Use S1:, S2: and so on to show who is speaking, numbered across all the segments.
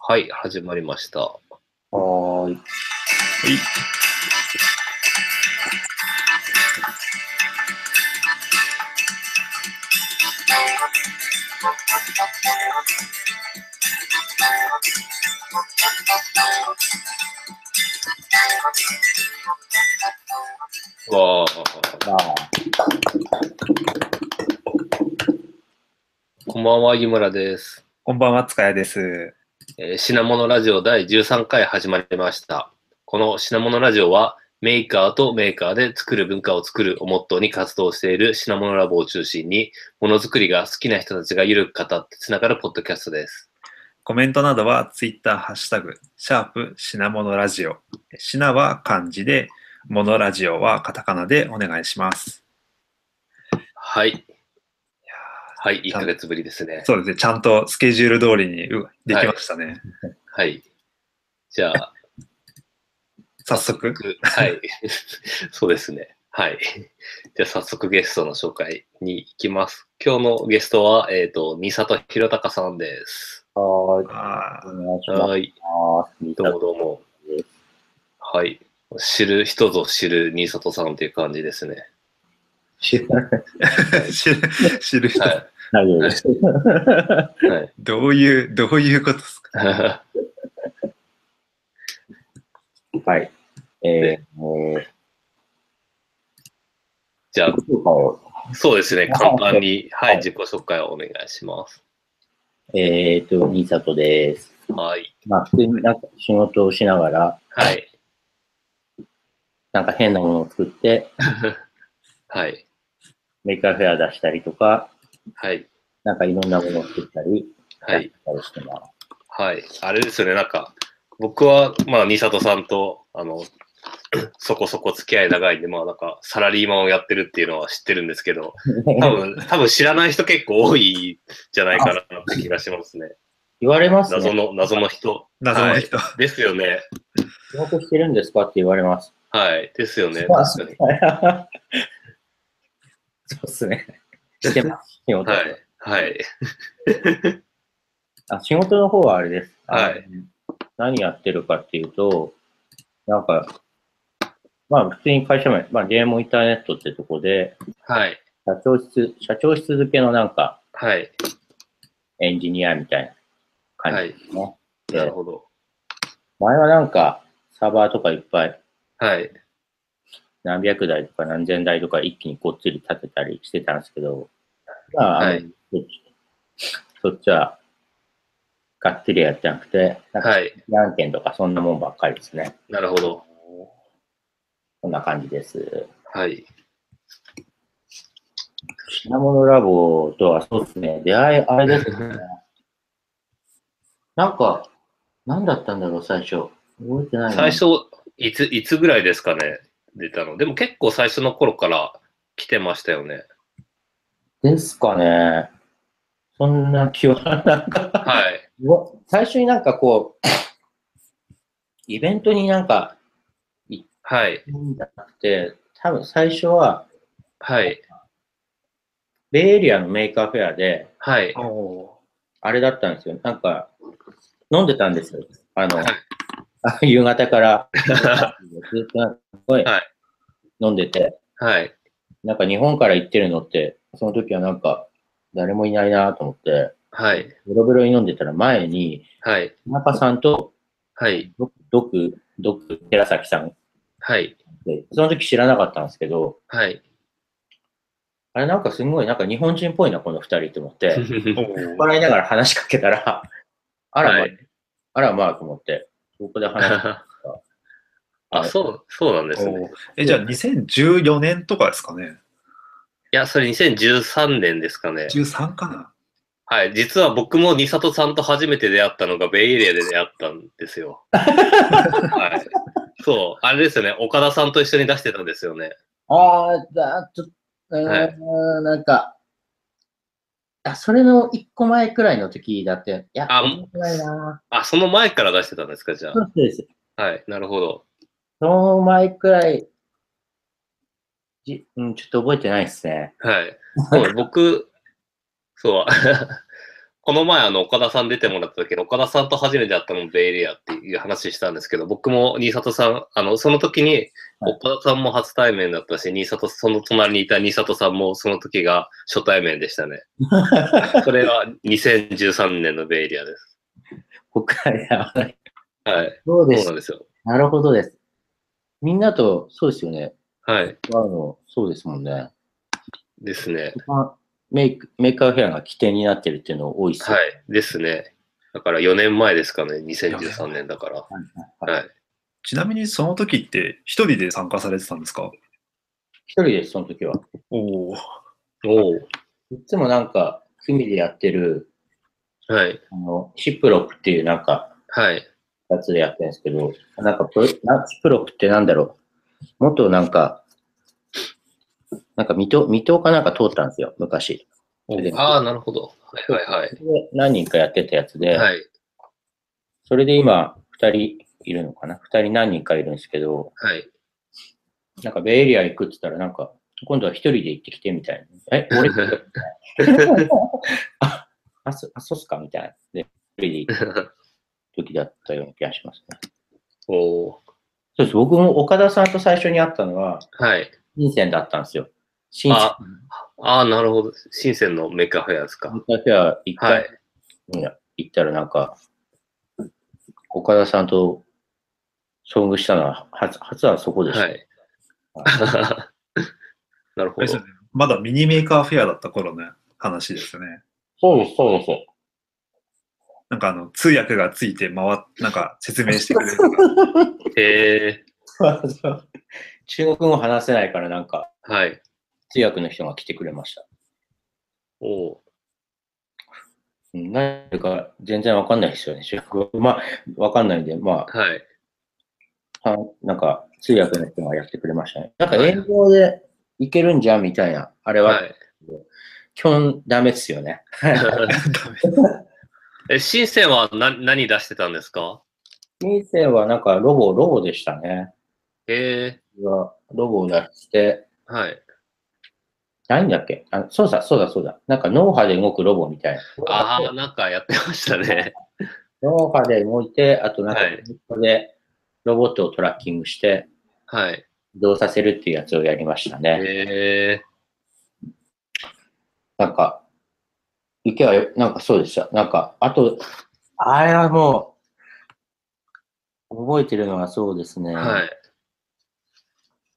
S1: はい、始まりました。は
S2: はーい。
S1: い。わあ、
S2: まあ、
S1: こんばんは、湯村です。
S3: こんばんは、塚谷です。
S1: えー品物ラジオ第13回始まりました。この品物ラジオは、メーカーとメーカーで作る文化を作るをモットーに活動している品物ラボを中心に、ものづくりが好きな人たちがゆるく語ってつながるポッドキャストです。
S3: コメントなどは Twitter、ハッシュタグ、シャープ、品物ラジオ。品は漢字で、モノラジオはカタカナでお願いします。
S1: はい。
S3: いや
S1: はい、1ヶ月ぶりですね
S3: ー。そうですね、ちゃんとスケジュール通りにうできましたね。
S1: はい。じゃあ、
S3: 早速、
S1: くはい。 そうですね。はい。じゃあ、早速ゲストの紹介に行きます。今日のゲストは、えっ、と、三里弘隆さんです。
S2: はーい。
S3: あー
S2: お願いしま
S1: はい。
S2: す。見
S1: どうもどうも。はい。知る人ぞ知る新里さんっていう感じですね。
S2: 知ら
S3: 知る知る人、
S1: は
S2: ないようです。
S1: い。はい、
S3: どういう、どういうことですか
S2: はい。えー、え
S1: じゃ
S2: ー、
S1: あ、
S2: 自己紹介を
S1: そうですね。簡単に、は
S2: はい
S1: い、自己紹介をお願いします。
S2: えーと、新里です。
S1: はい。
S2: まあ、普通になんか仕事をしながら、
S1: はい。
S2: なんか変なものを作って、
S1: はい。
S2: メーカーフェア出したりとか、
S1: はい。
S2: なんかいろんなものを作ったり、
S1: は
S2: やっ
S1: い。
S2: たりしてます。
S1: はい。あれですよね。なんか、僕は、まあ、新里さんと、あの、 そこそこ付き合い長いんで、まあ、なんか、サラリーマンをやってるっていうのは知ってるんですけど、多分、多分知らない人結構多いんじゃないかなって気がしますね。
S2: 言われます
S1: 謎
S2: ね。
S1: の、謎の人。
S3: 謎の人。
S1: はいですよね。
S2: 仕事してるんですかって言われます。
S1: はい。ですよね。
S2: まあ
S1: 確かに。
S2: そうですね。してます。仕事
S1: はい。はい。
S2: あ仕事の方はあれです。
S1: はい
S2: あの。何やってるかっていうと、なんか、まあ普通に会社名、まあゲームインターネットってとこで、
S1: はい。
S2: 社長室、社長室付けのなんか
S1: はい。
S2: エンジニアみたいな
S1: は
S2: 感
S1: い。
S2: じですね。
S1: なるほど。
S2: 前はなんかサーバーとかいっぱい
S1: はい。
S2: 何百台とか何千台とか一気にこっちり立てたりしてたんですけど、まあ、あの
S1: はい
S2: そっちはがっつりやってなくて、なんか
S1: はい。
S2: 何件とかそんなもんばっかりですね。
S1: なるほど。
S2: こんな感じです。
S1: はい。
S2: 品物ラボとはそうですね、出会い、あれですね。なんか、なんだったんだろう、最初。覚えてないな
S1: 最初、いつ、いつぐらいですかね。出たの。でも結構最初の頃から来てましたよね。
S2: ですかね。そんな気は、なんか、
S1: はい。
S2: うわ最初になんかこう、イベントになんか
S1: はい。
S2: 行くんじゃなくて、多分最初は、
S1: はい。
S2: ベイエリアのメーカーフェアで、
S1: はい。
S3: お
S2: あれだったんですよ。なんか、飲んでたんですよ。あの
S1: はい、
S2: あ 夕方から、ずっとなんかすごい
S1: はい
S2: 飲んでて、
S1: はい。
S2: なんか日本から行ってるのって、その時はなんか、誰もいないなと思って、
S1: はい。
S2: ベロベロに飲んでたら前に、
S1: はい。
S2: 田中さんと、
S1: はい。
S2: ドク、ドク、ドク寺崎さん
S1: はい。
S2: で、その時知らなかったんですけど、
S1: はい。
S2: あれなんかすごい、なんか日本人っぽいな、この二人と思って、
S3: お
S2: 笑いながら話しかけたら、あらまあ、
S1: はい
S2: あらまあと思って、ここで話し
S1: あ、そう、そうなんですね。
S3: おえじゃあ、2014年とかですかね。
S1: いや、それ2013年ですかね。
S3: 13かな。
S1: はい、実は僕もニサトさんと初めて出会ったのがベイエリアで出会ったんですよ。はい、そう、あれですよね、岡田さんと一緒に出してたんですよね。
S2: ああ、だちょっと、うーん
S1: は
S2: なんか、あ、それの一個前くらいの時だって、いや、
S1: あ
S2: 覚えてないな。
S1: あ、その前から出してたんですか、じゃ
S2: そうです。
S1: あ。はい、なるほど。
S2: その前くらい、じうん、ちょっと覚えてないですね。
S1: はい。そう僕、そう、 この前、あの、岡田さん出てもらった時に、岡田さんと初めて会ったのもベイエリアっていう話したんですけど、僕も新里さん、あの、その時に、
S2: はい
S1: 岡田さんも初対面だったし、新里、その隣にいた新里さんもその時が初対面でした ね。それは2013年のベイエリアです。
S2: 北海道。
S1: はい。
S2: そうで
S1: そう
S2: す
S1: なんですよ。
S2: なるほどです。みんなと、そうですよね。
S1: はい。
S2: 会うの、そうですもんね。
S1: ですね。
S2: まあメイク、メーカーフェアが起点になってるっていうの多いっす
S1: は
S2: よ
S1: い。ですね。だから4年前ですかね、2013年だから。
S2: はい
S1: はい。
S3: ちなみにその時って一人で参加されてたんですか
S2: 一人です、その時は。
S3: おお。
S1: おお。
S2: いつもなんか、組でやってる、
S1: はい。
S2: あの、シップロックっていうなんか、
S1: はい。
S2: やつでやってるんですけど、なんかプロ、なシップロックってなんだろう。元なんか、なんか水戸、水戸かなんか通ったんですよ、昔。で
S1: ああ、なるほど。はいはいはい。
S2: それで何人かやってたやつで、
S1: はい。
S2: それで今、二人いるのかな二人何人かいるんですけど、
S1: はい。
S2: なんかベイエリア行くって言ったら、なんか、今度は一人で行ってきてみたいな。 え、俺あ、あ、そあそうっすかみたいな。で、一人で行く時だったような気がしますね。
S1: おお
S2: そうです。僕も岡田さんと最初に会ったのは、
S1: ー。はい。
S2: 深センだったんですよ。深セン
S1: あああ、なるほど。深センのメーカーフェアですか。
S2: だけは一
S1: は
S2: 回
S1: い。
S2: 行ったらなんか、岡田さんと遭遇したのは初、初はそこでした。
S1: はい。 なる
S3: あ
S1: ほ
S3: れです
S1: ど
S3: よ。ねまだミニメーカーフェアだった頃の話ですよね。
S2: そうです、そうです。
S3: なんかあの、通訳がついて回っ、なんか説明してくれるとか。
S1: へえ。
S2: 中国語話せないからなんか、
S1: はい。
S2: 通訳の人が来てくれました。
S1: おお
S2: うん何言ってるか全然わかんないですよね、中国語。 まあ、わかんないんで、ま
S1: ー。はい。
S2: あ、はなんか、通訳の人がやってくれましたね。なんか、英語でいけるんじゃんみたいな、あれ
S1: は
S2: は、
S1: い。
S2: 基本ダメっすよね。
S3: ダメ
S1: え、深センは何何出してたんですか
S2: 人生はなんか、ロボ、ロボでしたね。
S1: へえ。
S2: ロボを出して、
S1: はい。
S2: 何だっけあそうだ、そうだ、そうだ。なんか、脳波で動くロボみたいな。
S1: ああ、なんかやってましたね。
S2: 脳波で動いて、あとなんか
S1: はい、
S2: ここでロボットをトラッキングして、
S1: はい。
S2: 移動させるっていうやつをやりましたね。
S1: へえ。
S2: なんか、行けばよ、なんかそうでした。なんか、あと、あれはもう、覚えてるのはそうですね。
S1: はい。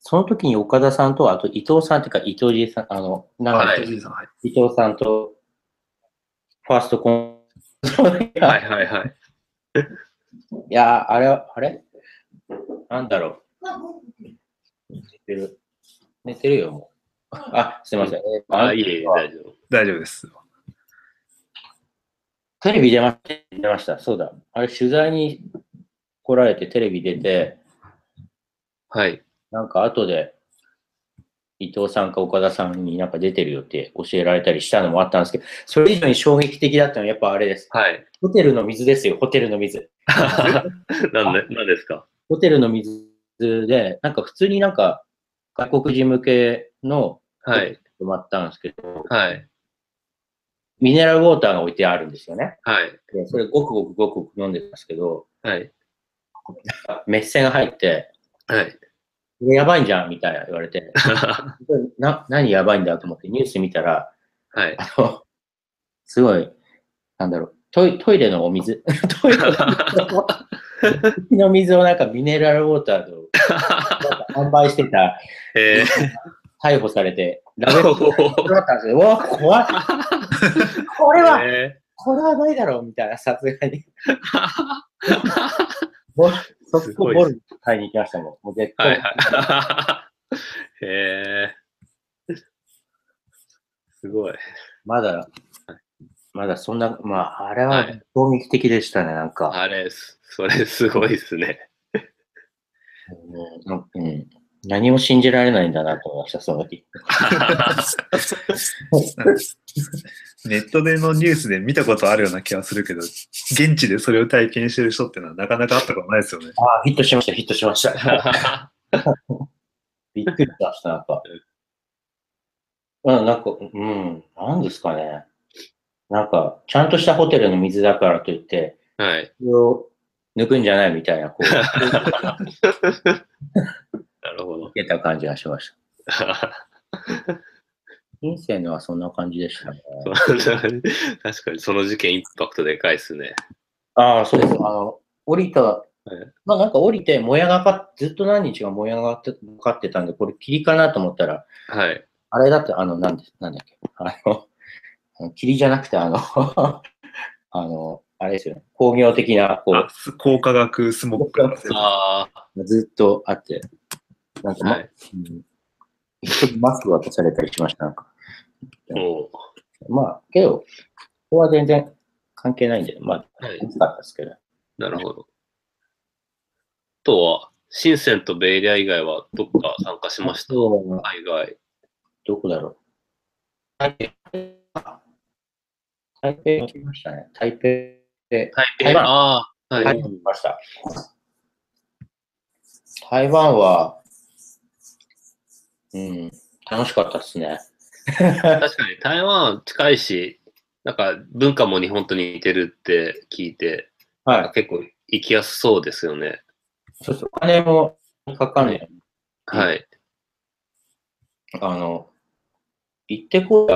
S2: その時に岡田さんと、あと伊藤さんっていうか、伊藤じさん、あの、なんか、
S1: は
S3: おじいさん はい
S2: 伊藤さんと、ファーストコン、い
S1: は
S2: や
S1: いはいはい。
S2: いや、あれは、あれなんだろう。寝てる。寝てるよ、もう。あ、 すいません。えー
S1: あ、いえいえ、大丈夫。
S3: 大丈夫です。
S2: テレビ出ま出ました。そうだ。あれ、取材に来られて、テレビ出て、
S1: はい。
S2: なんか後で、伊藤さんか岡田さんになんか出てるよって教えられたりしたのもあったんですけど、それ以上に衝撃的だったのはやっぱあれです。
S1: はい。
S2: ホテルの水ですよ、ホテルの水。
S1: なんで、なんですか
S2: ホテルの水で、なんか普通になんか外国人向けの
S1: はい。
S2: 泊まったんですけど、
S1: はい。
S2: ミネラルウォーターが置いてあるんですよね。
S1: はい。
S2: でそれごくごくごくごく飲んでたんですけど、
S1: はい。
S2: メッセが入って、
S1: はい。
S2: これやばいんじゃんみたいな言われて、な何やばいんだと思ってニュース見たら、
S1: はい。
S2: あの、すごい、なんだろう、トイトイレのお水、 トイレの水 をなんかミネラルウォーターと販売してた、
S1: えー、
S2: 逮捕されて、ラベル をだったんですよ。うわ、怖い。これは、
S1: え
S2: これはないだろうみたいな、さす がに。ボソフトボール買いに行きましたもん。もう絶
S1: ー、はい
S2: 対。
S1: はい。えー、すごい。
S2: まだ、まだそんな、まあ、あれ
S1: は
S2: はい衝撃的でしたね、なんか。
S1: あれ、すそれすごいですね。
S2: うんうん何も信じられないんだなと思いました、その時。
S3: ネットでのニュースで見たことあるような気がするけど、現地でそれを体験してる人ってのはなかなか会ったことないですよね。
S2: ああ、ヒットしました、ヒットし ました。びっくりしました、なんか。うん、なんか、うん、なんですかね。なんか、ちゃんとしたホテルの水だからといって、
S1: はい。
S2: それを抜くんじゃないみたいな、こう、
S1: なるほ ど。
S2: 出た感じがしました。人生のはそんな感じでしたね。
S1: 確かにその事件インパクトでかいですね。
S2: ああ、そうです。あの、降りた、まあなんか降りて、もやがかっずっと何日がもやがかってかってたんで、これ霧かなと思ったら、
S1: はい。
S2: あれだって、あの、なんです、なんだっけ、あの、あの霧じゃなくて、あの、 あの、あれですよね、工業的な、こ
S3: あ、す高化学スモックなんですよ
S1: ああ、
S2: う、ずっとあって、なんか、ま
S1: はい
S2: うん一時マスク渡されたりしました、なんか。
S1: も
S2: まあ、けど、ここは全然関係ないんで、まあ、
S1: う、はい。
S2: 暑かったですけど。
S1: なるほど。あとは、深センとベイリア以外はどっか参加しました
S2: そうは
S1: 海外。
S2: どこだろう。台北に行きましたね。台北で
S1: 台
S2: 台
S1: 北
S2: 湾
S1: ああ、はい。
S2: 台湾にいました。台湾は、うん、楽しかったですね。
S1: 確かに台湾近いし、なんか文化も日本と似てるって聞いて、
S2: は
S1: 結構行きやすそうですよね。
S2: い。そうそうお金もかかんない。
S1: はい。
S2: あの、行ってこい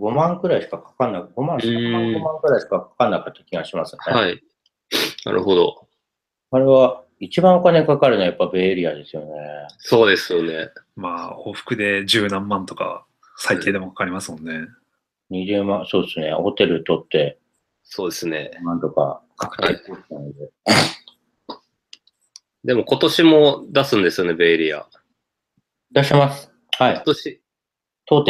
S2: 5万くらいしかかかんない。5万、3万、
S1: うん
S2: 5万くらいしかかかんなかった気がしますね。
S1: はい。なるほど。
S2: あれは、一番お金かかるのはやっぱベイエリアですよね。
S1: そうですよね。
S3: まあ、往復で十何万とか最低でもかかりますもんね。
S2: 20万、そうですね。ホテル取って、
S1: そうですね。
S2: なんとか確定取ったので。
S1: でも今年も出すんですよね、ベイリア。
S2: 出します。は
S1: 今
S2: い。
S1: 年、
S2: 通って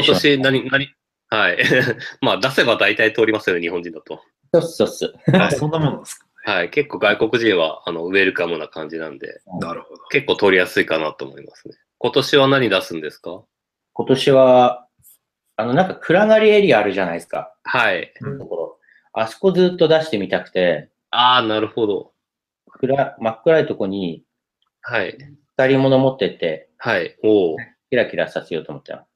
S1: 今
S2: しまった。
S1: 年何、何、はい。 まあ出せば大体通りますよね、日本人だと。
S2: そうっすそうっす。
S3: あそんなもんなんですか。
S1: はい、結構外国人はあのウェルカムな感じなんで、
S3: なるほど。
S1: 結構通りやすいかなと思いますね。今年は何出すんですか
S2: 今年は、あの、なんか暗がりエリアあるじゃないですか。
S1: はい。
S3: うん
S2: ところ。あそこずっと出してみたくて、
S1: ああ、なるほど。
S2: 暗、真っ暗いとこに
S1: はい。
S2: 光り物持ってって、
S1: はい。おお、
S2: キラキラさせようと思ってます。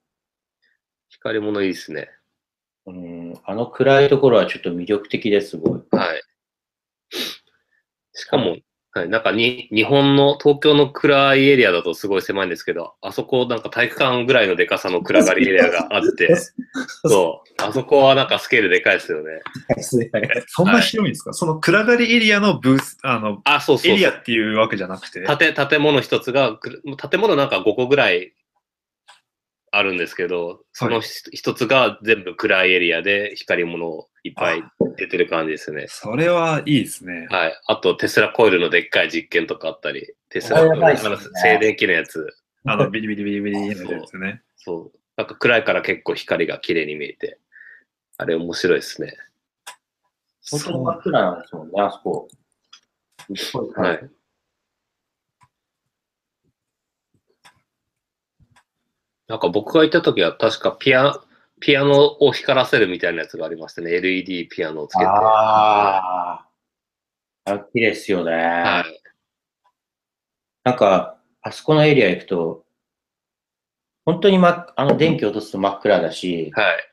S1: 光り物いいですね。
S2: うん、あの暗いところはちょっと魅力的ですごい。
S1: はい。しかも、はい、なんかに日本の東京の暗いエリアだとすごい狭いんですけど、あそこなんか体育館ぐらいのでかさの暗がりエリアがあ って、そう、あそこはなんかスケールでかいですよね。
S3: えそんな広いんですか、その暗がりエリアのブース、あの、
S1: あ、そうそうそう。
S3: エリアっていうわけじゃなくて。
S1: 建建物一つが、くる建物なんか5個ぐらいあるんですけど、そのひ一つが全部暗いエリアで光り物をいっぱい出てる感じですね。
S3: それはいいですね。
S1: はい。あと、テスラコイルのでっかい実験とかあったり、テスラ
S2: こ
S1: コ
S2: れ
S1: イル
S2: やばいっす
S1: あ
S2: ね
S1: の静電気のやつ、
S3: あの、ビリビリビリビリのやつね。
S1: そう。なんか暗いから結構光が綺麗に見えて、あれ面白いですね。
S2: 本当
S3: そ
S2: に
S3: う
S2: 真っ暗なんですもんね、あそこ。すごい
S1: はい。なんか僕が行った時は確かピア、ピアノを光らせるみたいなやつがありましたね。LED ピアノをつけて。
S2: あーあ。綺麗ですよね。
S1: はい。
S2: なんか、あそこのエリア行くと、本当に、ま、あの電気落とすと真っ暗だし、
S1: はい。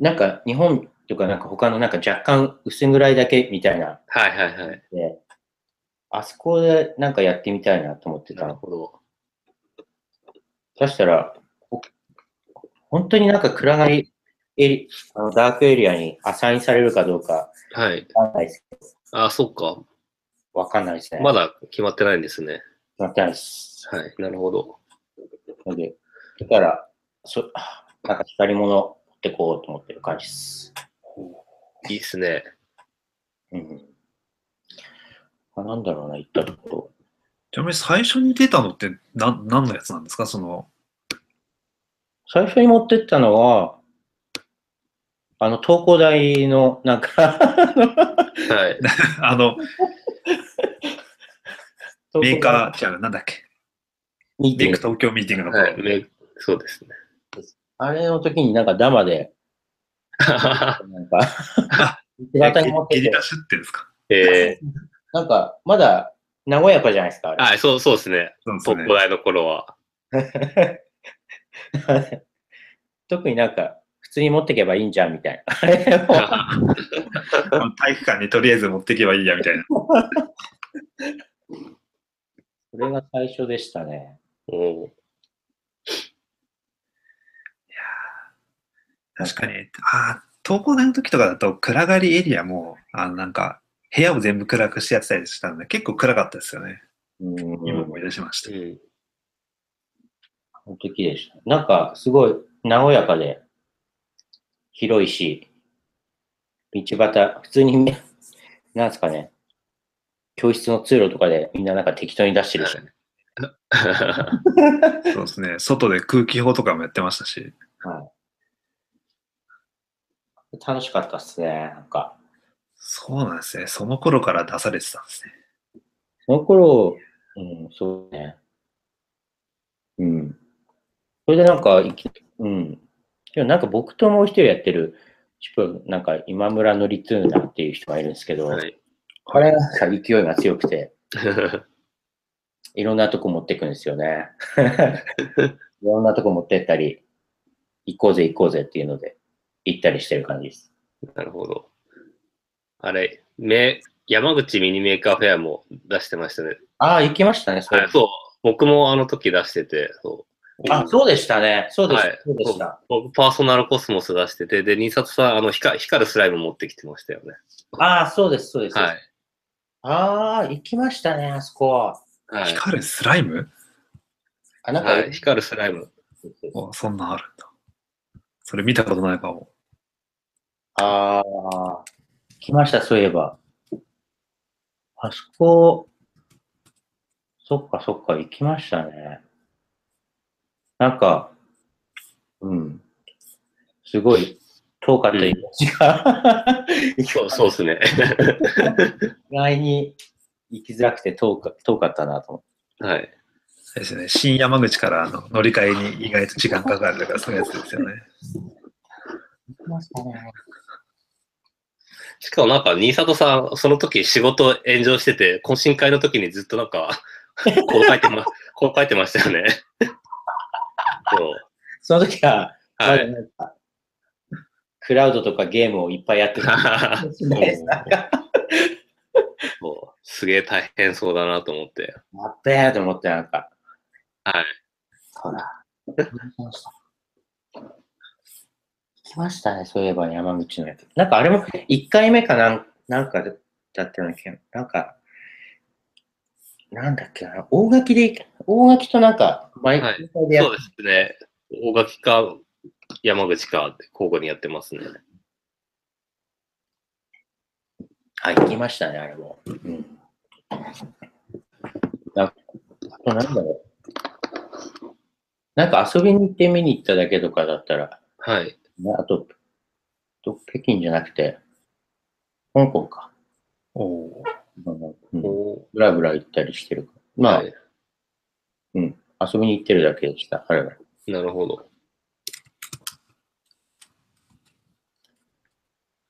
S2: なんか日本とかなんか他のなんか若干薄暗いだけみたいな
S1: はいはいはい。
S2: で、あそこでなんかやってみたいなと思ってた
S1: なる
S2: の。
S1: ほど。
S2: そしたら、ほ本当になんか暗がりエリ、あのダークエリアにアサインされるかどうか
S1: はい。
S2: わかんないです。
S1: あ、そっか。
S2: わかんないですね。
S1: ま
S2: だ。
S1: だ決まってないんですね。
S2: わかんないです。
S1: はい。なるほど。
S2: ので、だから、そなんか光り物持ってこうと思ってる感じです。
S1: いいですね。
S2: うん。あなんだろうな、言ったところ。
S3: ちなみに最初に出たのって何何のやつなんですかその、
S2: 最初に持ってったのは、あの、東工大の、なんか
S1: はい。
S3: あの、メー
S2: 東工大
S3: カー、違う、なんだっけ。
S2: ミーティ
S3: ビッ
S2: ング
S3: グ東京ミーティングの頃。
S1: はい、めそうですね。
S2: あれの時になんかダマで、なんか
S3: あ、
S2: 道端に持っ
S3: えゲ
S2: て
S3: リ
S2: て
S3: ラ、出店ですか
S1: え ー、
S2: なんか、まだ、和やかじゃないですか、あれ。
S1: はい、そう、そうですね。
S3: そうです
S1: 特
S3: ね
S1: 攻。大の頃は。
S2: 特になんか、普通に持ってけばいいんじゃんみたいな。あれを
S3: 体育館にとりあえず持ってけばいいやみたいな。
S2: それが最初でしたね。
S1: おう
S3: 確かに。ああ、東工大の時とかだと暗がりエリアも、あのなんか部屋を全部暗くしてやってたりしたので、結構暗かったですよね。
S2: うん、
S3: 今思い出しました
S1: う。ん。
S2: 完璧でした。なんか、すごい、和やかで、広いし、道端、普通に、 なんですかね、教室の通路とかでみんななんか適当に出してるし、
S3: そうですね。外で空気砲とかもやってましたし。
S2: 楽しかったっすね、なんか。
S3: そうなんですね。その頃から出されてたんですね。
S2: その頃、うん、そうね。うん。それでなんか、いきうん。でもなんか僕ともう一人やってる、ちょっとなんか今村のリトゥーナっていう人がいるんですけど、
S1: はい。
S2: これなんか勢いが強くて、いろんなとこ持ってくんですよね。 いろんなとこ持ってったり、行こうぜ行こうぜっていうので、行ったりしてる感じです。
S1: なるほど。あれ、め山口ミニメーカーフェアも出してましたね。
S2: ああ、行きましたね、そ
S1: はい、そう。僕もあの時出してて、そう。
S2: あ、そうでしたね。そうでした。
S1: はい
S2: そうでした。
S1: 僕、パーソナルコスモス出してて、で、新里さん、あの、光光るスライム持ってきてましたよね。
S2: ああ、そうです、そうです。
S1: はい。
S2: ああ、行きましたね、あそこ。
S1: はい。
S3: 光るスライム
S2: あ、なんか、
S1: はい、光るスライム。
S3: おそんなんあるんだ。それ見たことないかも。
S2: ああ、来ました、そういえば。あそこ、そっかそっか、行きましたね。なんか、うん。すごい、遠かったイメージが。
S1: そうそうですね。
S2: 意外に行きづらくて遠か遠かったなと思って。
S1: はい。
S3: あれですよね。新山口からあの乗り換えに意外と時間かかるとか、そういうやつですよね。
S2: 行きましたね。
S1: しかもなんか、新里さん、その時仕事炎上してて、懇親会の時にずっとなん か、こう書いてま、こう書いてましたよね。 そう。
S2: その時は、ま
S1: は
S2: だ
S1: い。
S2: なんか、クラウドとかゲームをいっぱいやってた。
S1: そうそうすげえ大変そうだなと思って。
S2: やっべーと思って、なんか。
S1: はい。
S2: ほら。行きました来ましたね、そういえば山口のやつ。なんかあれも1回目かなんなんかだったような気が、なんか、なんだっけな、大垣で、大垣となんか、毎
S1: はい
S2: 毎回でやっ
S1: そうですね。大垣か山口かって交互にやってますね。
S2: あ、行きましたね、あれも。うん。なんか、あとなんだろう。なんか遊びに行って見に行っただけとかだったら、
S1: はい。
S2: ね、あと、と北京じゃなくて、香港か。
S3: おおー。
S2: うん
S1: おー
S2: ぶらぶら行ったりしてるから。まあ、
S1: はい
S2: うん。遊びに行ってるだけでした、あれは。
S1: なるほど。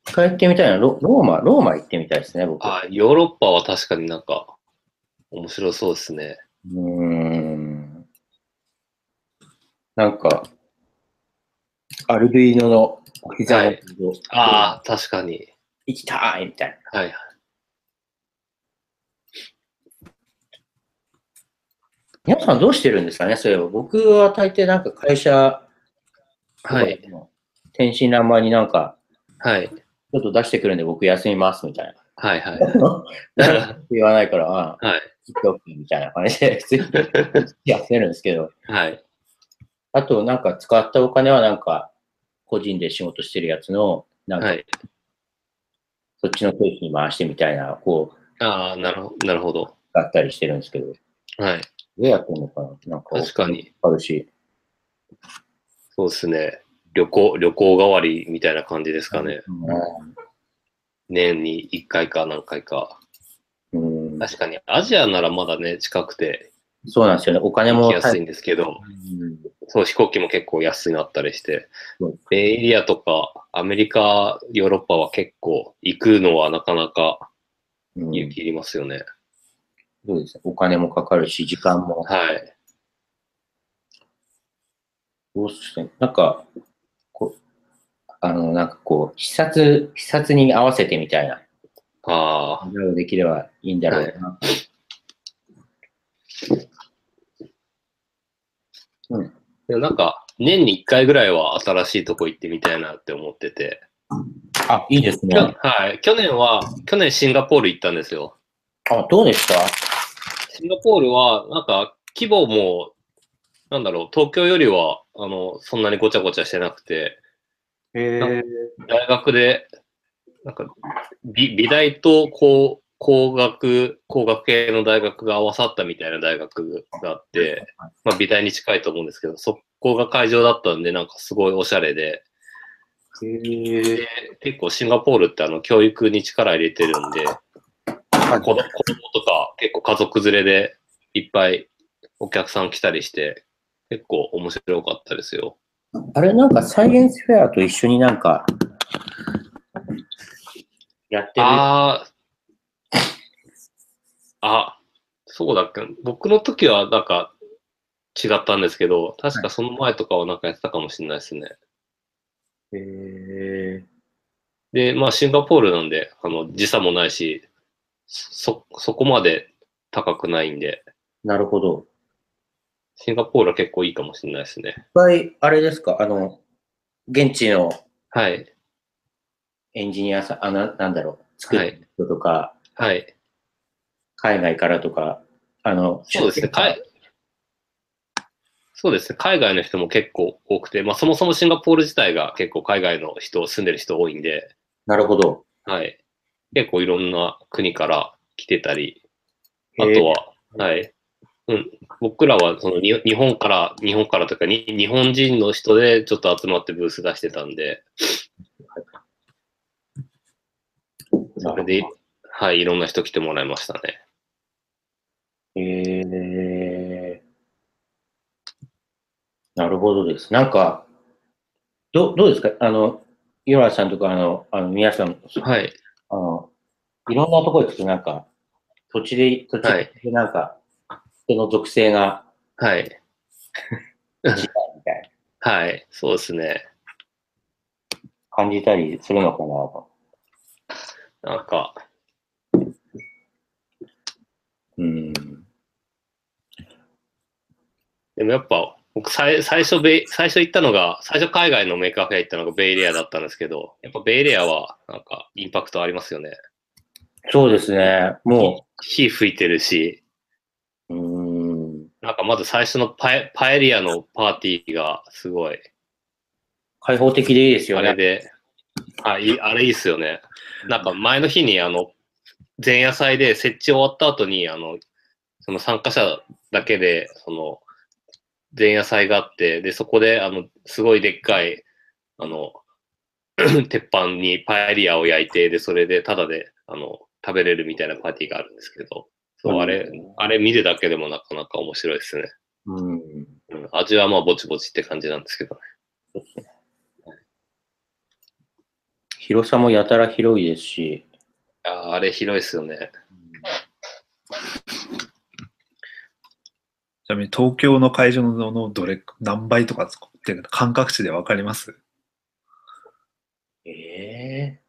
S2: 一回行ってみたいな。ロローマ、ローマ行ってみたいですね、僕。
S1: あ、ヨーロッパは確かになんか、面白そうですね。
S2: うーんなんか、アルビーノのお膝の、
S1: はいああ、確かに。
S2: 行きたいみたいな。
S1: はい。
S2: 皆さんどうしてるんですかねそういえば、僕は大抵なんか会社、
S1: はい。。
S2: 天真爛漫になんか、
S1: はい。
S2: ちょっと出してくるんで僕休みますみたい
S1: はい。はい。
S2: な。言わないから、ああ、
S1: はい
S2: 行っておくみたいな感 じで、普通にやってるんですけど、
S1: はい。
S2: あとなんか使ったお金はなんか、個人で仕事してるやつの、なんか
S1: はい。
S2: そっちの経費に回してみたいな、こう、
S1: ああ、なるほど。なるほど。
S2: 使ったりしてるんですけど、
S1: はい。
S2: どうやってんのかななんか、
S1: 確かに。
S2: あるし。
S1: そうですね。旅行、旅行代わりみたいな感じですかね。年に1回か何回か。
S2: うん、
S1: 確かに、アジアならまだね、近くて
S2: そうなんですよね。お金
S1: 行
S2: も
S1: き。やすいんですけど、
S2: うん
S1: そう、飛行機も結構安くなったりして
S2: うん、
S1: ベイエリアとかアメリカ、ヨーロッパは結構行くのはなかなか
S2: うん
S1: 勇気いりますよね。
S2: そうですね。お金もかかるし、時間も。
S1: はい。
S2: そうですね。なんか、こあの、なんかこう、視察、視察に合わせてみたいな、
S1: ああ、
S2: いろいろできればいいんだろうな。
S1: でもなんか、年に1回ぐらいは新しいとこ行ってみたいなって思ってて、
S2: あ、いいです
S1: きょはい、去年は、去年シンガポール行ったんですよ。
S2: あ、どうでした
S1: シンガポールは、なんか、規模も、なんだろう、東京よりは、あの、そんなにごちゃごちゃしてなくて、
S3: え
S1: 大学で、なんか、美美大と工工学、工学系の大学が合わさったみたいな大学があって、まあ、美大に近いと思うんですけど、そこが会場だったんで、なんかすごいおしゃれで、で結構シンガポールってあの、教育に力入れてるんで、子供子供とか結構家族連れでいっぱいお客さん来たりして、結構面白かったですよ。
S2: あれ、なんかサイエンスフェアと一緒になんか、やってる。
S1: ああ、あ、そうだっけ。僕の時はなんか違ったんですけど、確かその前とかはなんかやってたかもしれないですね。
S2: え
S1: で、まあシンガポールなんで、あの、時差もないし、そ、そこまで高くないんで、
S2: なるほど。
S1: シンガポールは結構いいかもしれないですね
S2: い。っぱい、あれですか、あの、現地の
S1: はい。
S2: エンジニアさん、あななんだろう、作
S1: はい
S2: る人とか、
S1: はい。
S2: 海外からとか、あの、
S1: そうですね。海そうですね。海外の人も結構多くて、まあそもそもシンガポール自体が結構海外の人、住んでる人多いんで、
S2: なるほど。
S1: はい。結構いろんな国から来てたり、あ
S2: へー
S1: とは、はい。うん、僕らはそのに日本から、日本からというかに、日本人の人でちょっと集まってブース出してたんで、それで、はい、いろんな人来てもらいましたね。
S2: えー、なるほどです。なんか、どどうですかあの、井原さんとか、あの、あの皆さん、
S1: はい。
S2: あの、いろんなとこ行くと、なんか、土地で、土地
S1: はい
S2: で、なんか、人の属性が
S1: はい。
S2: 違うみたいな
S1: はい。そうですね。
S2: 感じたりするのかなと。
S1: なんか、
S2: うん。
S1: でもやっぱ、僕最最初ベイ、最初行ったのが、最初海外のメーカーフェア行ったのがベイエリアだったんですけど、やっぱベイエリアはなんかインパクトありますよね。
S2: そうですね。も
S1: 火吹いてるし、
S2: う、うん、
S1: なんかまず最初のパエパエリアのパーティーがすごい、
S2: 開放的でいいです
S1: あ
S2: よ
S1: れ
S2: ね。
S1: で、あいいあれいいっすよね。なんか前の日にあの、前夜祭で設置終わった後に、あの、その参加者だけで、その、前夜祭があって、で、そこで、あの、すごいでっかい、あの、 鉄板にパエリアを焼いて、で、それでタダで、あの、食べれるみたいなパーティーがあるんですけど、そう、あれ、あれ見るだけでもなかなか面白いですね。
S2: うん。
S1: うん味はまあぼちぼちって感じなんですけどね。
S2: 広さもやたら広いですし、
S1: あーあれ広いですよね。
S3: ちなみに東京の会場ののどれ、何倍とか作ってる感覚値でわかります
S2: ええ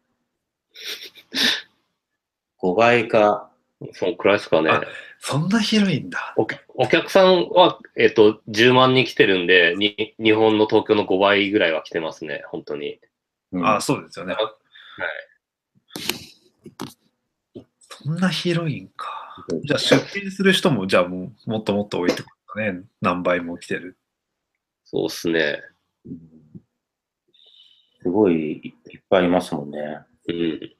S2: 5倍か。
S1: そのくらいですかね。
S3: あそんな広いんだ。
S1: お客お客さんは、えっと、10万人来てるんでに、日本の東京の5倍ぐらいは来てますね、本当に。
S2: うん
S3: あ、そうですよね。そんな広いんか。じゃあ出店する人も、じゃあもうもっともっと多いってことだね。何倍も来てる。
S1: そうっすね。
S2: うんすごいいいっぱいいますもんね。
S1: うん。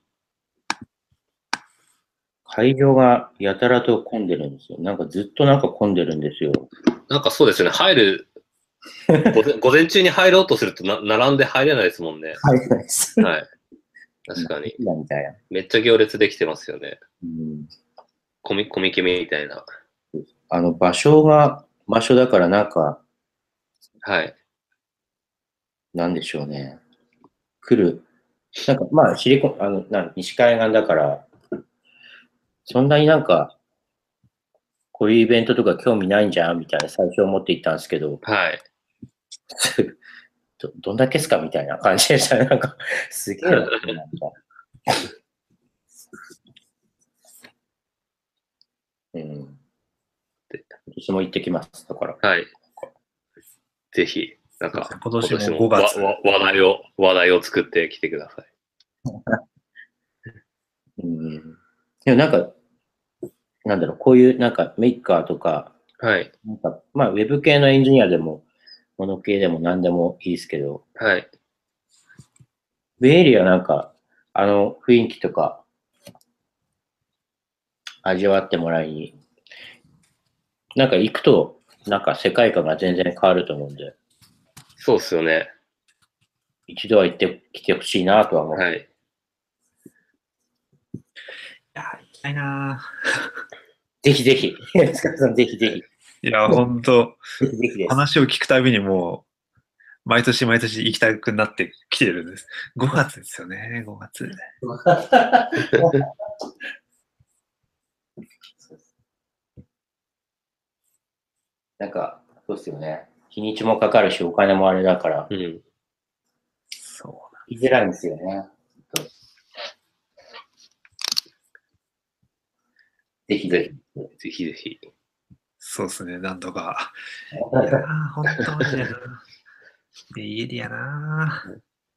S2: 会場がやたらと混んでるんですよ。なんかずっとなんか混んでるんですよ。
S1: なんかそうですね、入る、午 前午前中に入ろうとするとな、並んで入れないですもんね。
S2: 入れないです。
S1: はい。確かに。
S2: みたいな。
S1: めっちゃ行列できてますよね。
S2: うん、
S1: コミ、コミケみたいな。
S2: あの場所が、場所だからなんか、
S1: はい。
S2: なんでしょうね。来る。なんか、まあ、シリコン、あの、なん西海岸だから、そんなになんか、こういうイベントとか興味ないんじゃんみたいな最初思って行ったんですけど、
S1: はい。
S2: ど、どんだけっすかみたいな感じでしたね。なんか、すげえな。なんかうん。私も行ってきます。だから。
S1: はい。ぜひ、なんか、
S3: 今年も5月
S1: わわ話題を、話題を作ってきてください。
S2: うん。でもなんか、なんだろう、こういうなんかメーカーとか、
S1: はい。
S2: なんか、まあ、ウェブ系のエンジニアでも、モノ系でも何でもいいですけど、
S1: はい。
S2: ベイエリアなんか、あの雰囲気とか、味わってもらいに、なんか行くと、なんか世界観が全然変わると思うんで、
S1: そうっすよね。
S2: 一度は行ってきてほしいなとは思う。
S1: はい。
S3: いや、行きたいなぁ
S2: ぜひぜひ、塚田さんぜひぜ
S3: いや、本当
S2: ひ、ぜひぜひです。
S3: 話を聞くたびにもう、毎年毎年行きたくなってきてるんです。5月ですよね、5月。
S2: なんか、そうっすよね。日にちもかかるし、お金もあれだから、
S1: うん。
S3: そ
S2: 行きづらいんですよね。そうぜひぜ
S1: ぜひぜひ。
S3: うそうですね、何度か。
S2: ひ。
S3: いやー、本当にやな。家でやな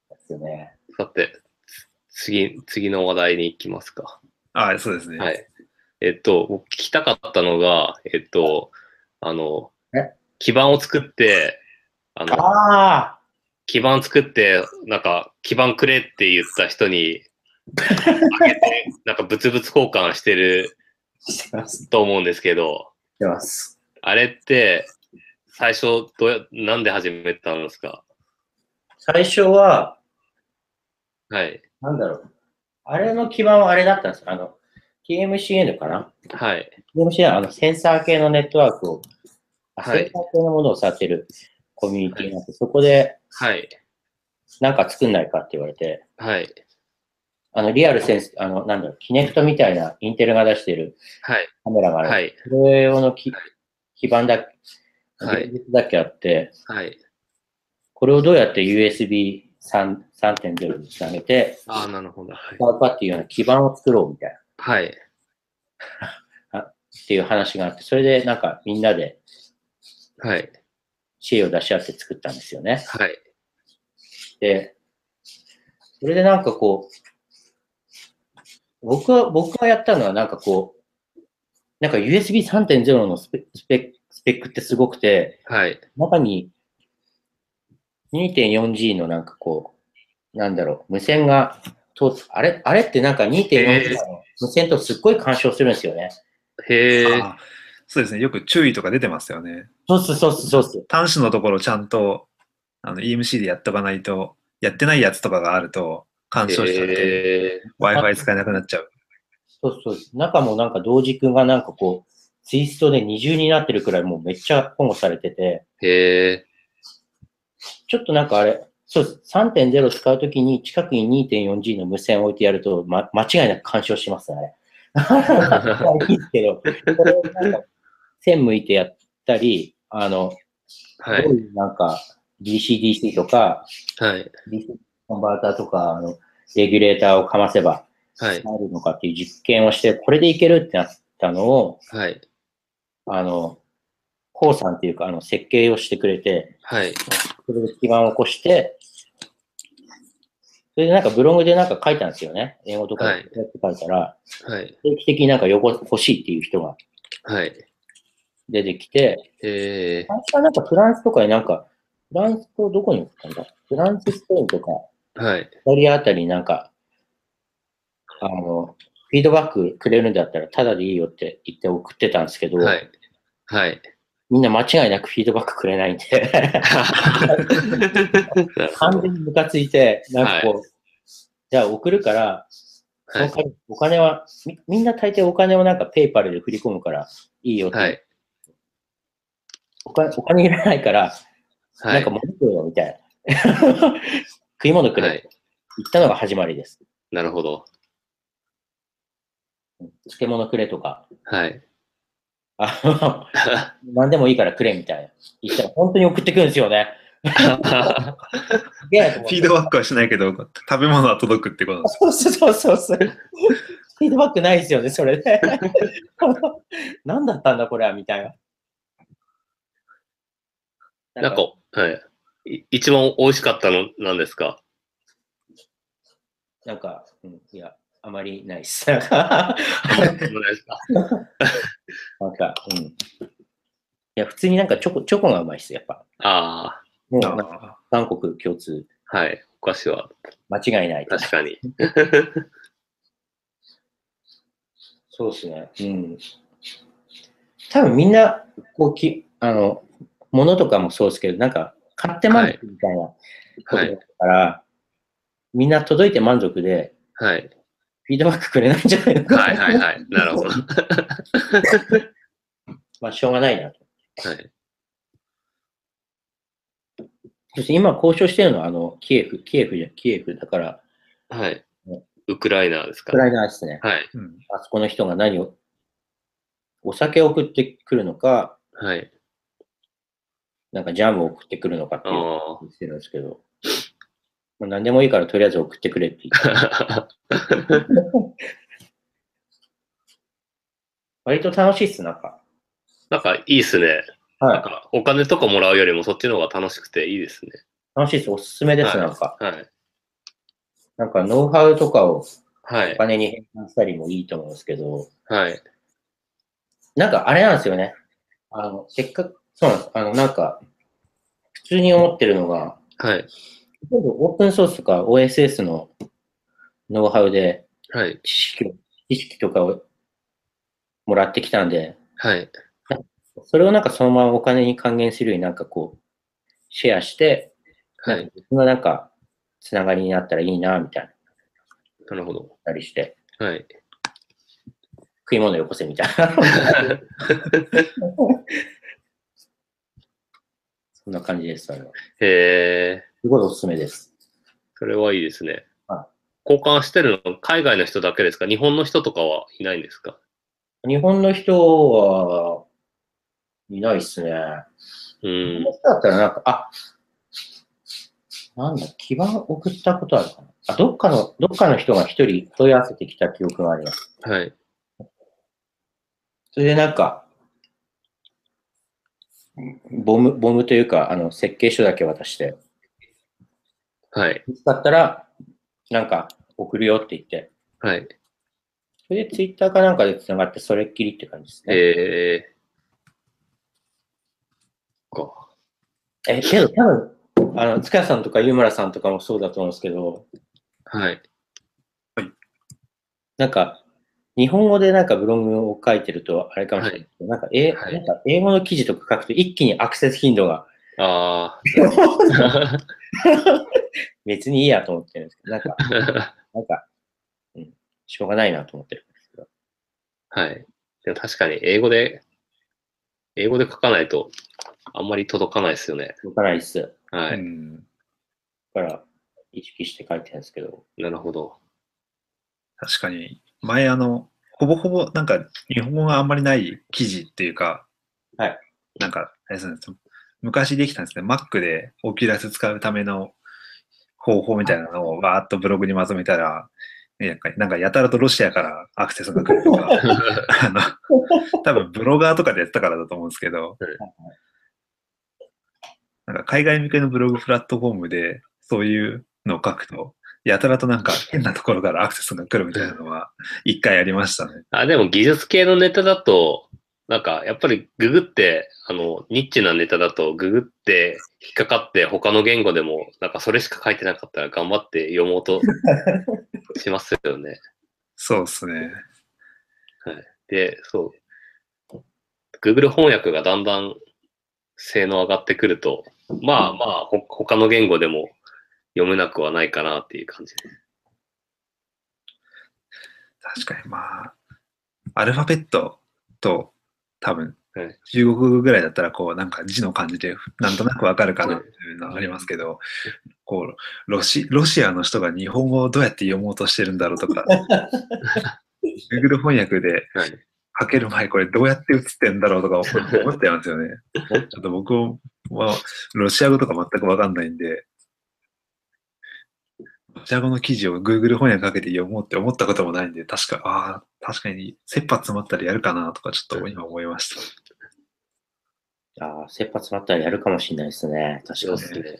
S2: ですよね。
S1: さて、つ次、次の話題に行きますか。
S3: ああ、そうですね。
S1: はい。えっと、僕聞きたかったのが、えっと、あの
S2: え、
S1: 基盤を作って、あの、
S2: ああ
S1: 基盤作って、なんか、基盤くれって言った人に、あげて、 なんか、物々交換してる
S2: してます。
S1: と思うんですけど、
S2: してます。
S1: あれって、最初どうや、なんで始めたんですか
S2: 最初は、
S1: はい。
S2: なんだろう。あれの基盤はあれだったんですよ。あの、TMCN かな
S1: はい。
S2: ?TMCN はあのセンサー系のネットワークを、あ
S1: はい
S2: センサー系のものを触ってるコミュニティなんで、そこで
S1: はい。
S2: なんか作んないかって言われて、
S1: はい。
S2: あの、リアルセンス、あの、なんだろう、キネクトみたいなインテルが出してる
S1: はい。
S2: カメラがある。
S1: はい。
S2: それ用のき基盤だけ、
S1: はい
S2: 現実だけあって、
S1: はい。
S2: これをどうやって USB3.0 につなげて、
S1: ああ、なるほど。はい
S2: パ。ワーパっていうような基盤を作ろうみたいな、っ
S1: はい。
S2: ていう話があって、それでなんかみんなで
S1: はい。
S2: 知恵を出し合って作ったんですよね。
S1: はい。
S2: で、それでなんかこう、僕は、僕がやったのはなんかこう、なんか USB3.0 のスペスペスペックってすごくて、
S1: はい。
S2: 中に 2.4G のなんかこう、なんだろう、無線が通っあれ、あれってなんか 2.4G の無線とすっごい干渉するんですよね。
S1: へえ。
S3: あーそうですね、よく注意とか出てますよね。
S2: そうっす、そうっす、そうっす。
S3: 端子のところちゃんとあの EMC でやっとかないと、やってないやつとかがあると、干渉しちゃって、
S1: へ
S3: Wi-Fi 使えなくなっちゃう。
S2: そうそうです。中もなんか同軸がなんかこう、ツイストで二重になってるくらいもうめっちゃ保護されてて、
S1: え。へえ。
S2: ちょっとなんかあれ、そうです。3.0使うときに近くに 2.4G の無線を置いてやると、ま、間違いなく干渉しますね。あれいいですけど、これをなんか線向いてやったり、あの、
S1: はい
S2: どう。いうなんか DCDC とか、
S1: はい。
S2: DC コンバーターとか、あの、レギュレーターをかませば、
S1: はい。
S2: なるのかっていう実験をして、これでいけるってなったのを、
S1: はい。
S2: あの、コウさんっていうか、あの、設計をしてくれて、
S1: はい。
S2: それで基盤を起こして、それでなんかブログでなんか書いたんですよね。英語とか
S1: は
S2: で
S1: い
S2: こうやって書いたら、
S1: はい。
S2: 定期的になんか横欲しいっていう人が
S1: はい。
S2: 出てきて、
S1: へえ。
S2: 最初はなんかフランスとかになんか、フランスとどこに行ったんだフランス、スペインとか、
S1: はい。
S2: イタリアあたりになんか、あの、フィードバックくれるんだったらタダでいいよって言って送ってたんですけど、
S1: はい。はい。
S2: みんな間違いなくフィードバックくれない んで、完全にムカついて、なんかこう、じゃあ送るから、そ
S1: は
S2: の
S1: い。
S2: 代わりお金はみ、みんな大抵お金をなんかペイパルで振り込むからいいよって、
S1: はい。
S2: お金お金いらないから、
S1: は
S2: なん
S1: い
S2: か。物食うよみたいな。食い物くれ、
S1: はい
S2: 言ったのが始まりです。
S1: なるほど。
S2: 漬物くれとか、
S1: はい。
S2: あの何でもいいからくれみたいな。言ったら本当に送ってくるんですよね。げえ なと思っ
S3: フ
S2: て
S3: ィードバックはしないけど、食べ物は届くってことなんです
S2: そうそうそうそう。フィードバックないですよね、それで。何だったんだ、これは、みたいな。
S1: なんか、はい。い一番美味しかったのなんですか
S2: なんか、うん、いや、あまりないっす。なんか、なんかうん。いや、普通になんかチョコ、チョコがうまいっす、やっぱ。
S1: あ
S2: もう、
S3: か
S2: なん
S3: あ
S2: か韓国共通、
S1: あ、はい。お菓子は
S2: 間違いない。
S1: 確かに。
S2: そうですね。うん。多分みんな、こうき、あの、物とかもそうですけど、なんか、買って満足みたいなこと
S1: は
S2: だ
S1: い。
S2: から、みんな届いて満足で、
S1: はい。
S2: フィードバックくれないんじゃないのかな。
S1: はいはいはい。なるほど。は
S2: まあ、しょうがないなと。
S1: い。
S2: そして今交渉してるのは、あの、キエフ、キエフじゃ、キエフだから、
S1: はい。ウクライナです
S2: ウ
S1: か
S2: クライナですね。
S1: はい。
S3: ーうん
S2: あそこの人が何を、お酒を送ってくるのか、
S1: はい。
S2: なんかジャムを送ってくるのかっていうの
S1: あ
S2: を言ってるんですけど、まあ、何でもいいからとりあえず送ってくれって言って
S1: あ。
S2: 割と楽しいっす、なんか。
S1: なんかいいっすね。なん
S2: は
S1: かお金とかもらうよりもそっちの方が楽しくていいですね。
S2: い。楽しいっす、おすすめです、
S1: はい
S2: なんか。
S1: はい。
S2: なんか、ノウハウとかを
S1: は
S2: お
S1: い。
S2: 金に変換したりもいいと思うんですけど、
S1: はい。
S2: なんかあれなんですよね。あの、せっかく、そうなんです。あの、なんか、普通に思ってるのが、
S1: はい。
S2: ほとんどオープンソースとか OSS のノウハウで
S1: はい。
S2: 知識を、知識とかをもらってきたんで、
S1: はい。
S2: それをなんかそのままお金に還元するようになんかこう、シェアして、
S1: は
S2: なん
S1: い
S2: か。自分がなんか、つながりになったらいいな、みたいな、
S1: なるほど。
S2: たりして、
S1: はい。
S2: 食い物よこせみたいな、 そんな感じです。あれは
S1: へえ。
S2: すごいおすすめです。
S1: それはいいですね
S2: は。
S1: 交換してるの海外の人だけですか日本の人とかはいないんですか
S2: 日本の人は、いないっすね。
S1: う
S2: 日本
S1: ん
S2: の。人だったらなんか、あ、なんだ、基盤送ったことあるかな。あ、どっかの、どっかの人が一人問い合わせてきた記憶があります。
S1: はい。
S2: それでなんか、ボム、ボムというか、あの、設計書だけ渡して、
S1: はい。
S2: 見つかったら、なんか、送るよって言って、
S1: はい。
S2: それでツイッターかなんかでつながって、それっきりって感じですね。
S1: えー。か。
S2: え、けど多分、あの、塚谷さんとか湯村さんとかもそうだと思うんですけど、
S1: はい。
S2: なんか、日本語でなんかブログを書いてると、あれかもしれないけど、なんか英、
S1: はい
S2: なんか英語の記事とか書くと一気にアクセス頻 度が、
S1: あ
S2: 別にいいやと思ってるんですけど、なんか、
S1: ー。
S2: なんか、うん、しょうがないなと思ってるんですけど。
S1: はい。でも確かに英語で、英語で書かないとあんまり届かないですよね。
S2: 動かないっす。だ
S1: は
S3: う
S1: い。
S3: ん
S2: から、意識して書いてるんですけど。
S1: なるほど。
S3: 確かに、前あの、ほぼほぼなんか日本語があんまりない記事っていうか、
S2: はい。
S3: なんか、あれですね、昔できたんですね、Mac でオキュラス使うための方法みたいなのをわーっとブログにまとめたら、ねなんかなんかやたらとロシアからアクセスが来るとか、あの、 多分ブロガーとかでやってたからだと思うんですけど、なんか海外向けのブログプラットフォームでそういうのを書くと、やたらとなんか変なところからアクセスが来るみたいなのは一回ありましたね。
S1: あ、でも技術系のネタだと、なんかやっぱりググって、あの、ニッチなネタだとググって引っかかって他の言語でも、なんかそれしか書いてなかったら頑張って読もうとしますよね。
S3: そうですね。
S1: で、そう。Google 翻訳がだんだん性能上がってくると、まあまあ、ほ他の言語でも読めなくはないかなっていう感じで。
S3: 確かにまあ、アルファベットと多分
S1: はい、
S3: 中国語ぐらいだったら、こう、なんか字の感じで、なんとなくわかるかなっていうのはありますけど、こう、ロシ、ロシアの人が日本語をどうやって読もうとしてるんだろうとか、Google 翻訳で
S1: はい
S3: 書ける前これどうやって写ってんだろうとか思っちゃいますよね。ちょっと僕もまあ、ロシア語とか全くわかんないんで、ロシア語の記事を Google 翻訳かけて読もうって思ったこともないんで、確か、ああ、確かに、切羽詰まったらやるかなとか、ちょっと今思いました。
S2: ああ、切羽詰まったらやるかもしれないですね。確か
S1: そう
S2: に。
S1: ですね。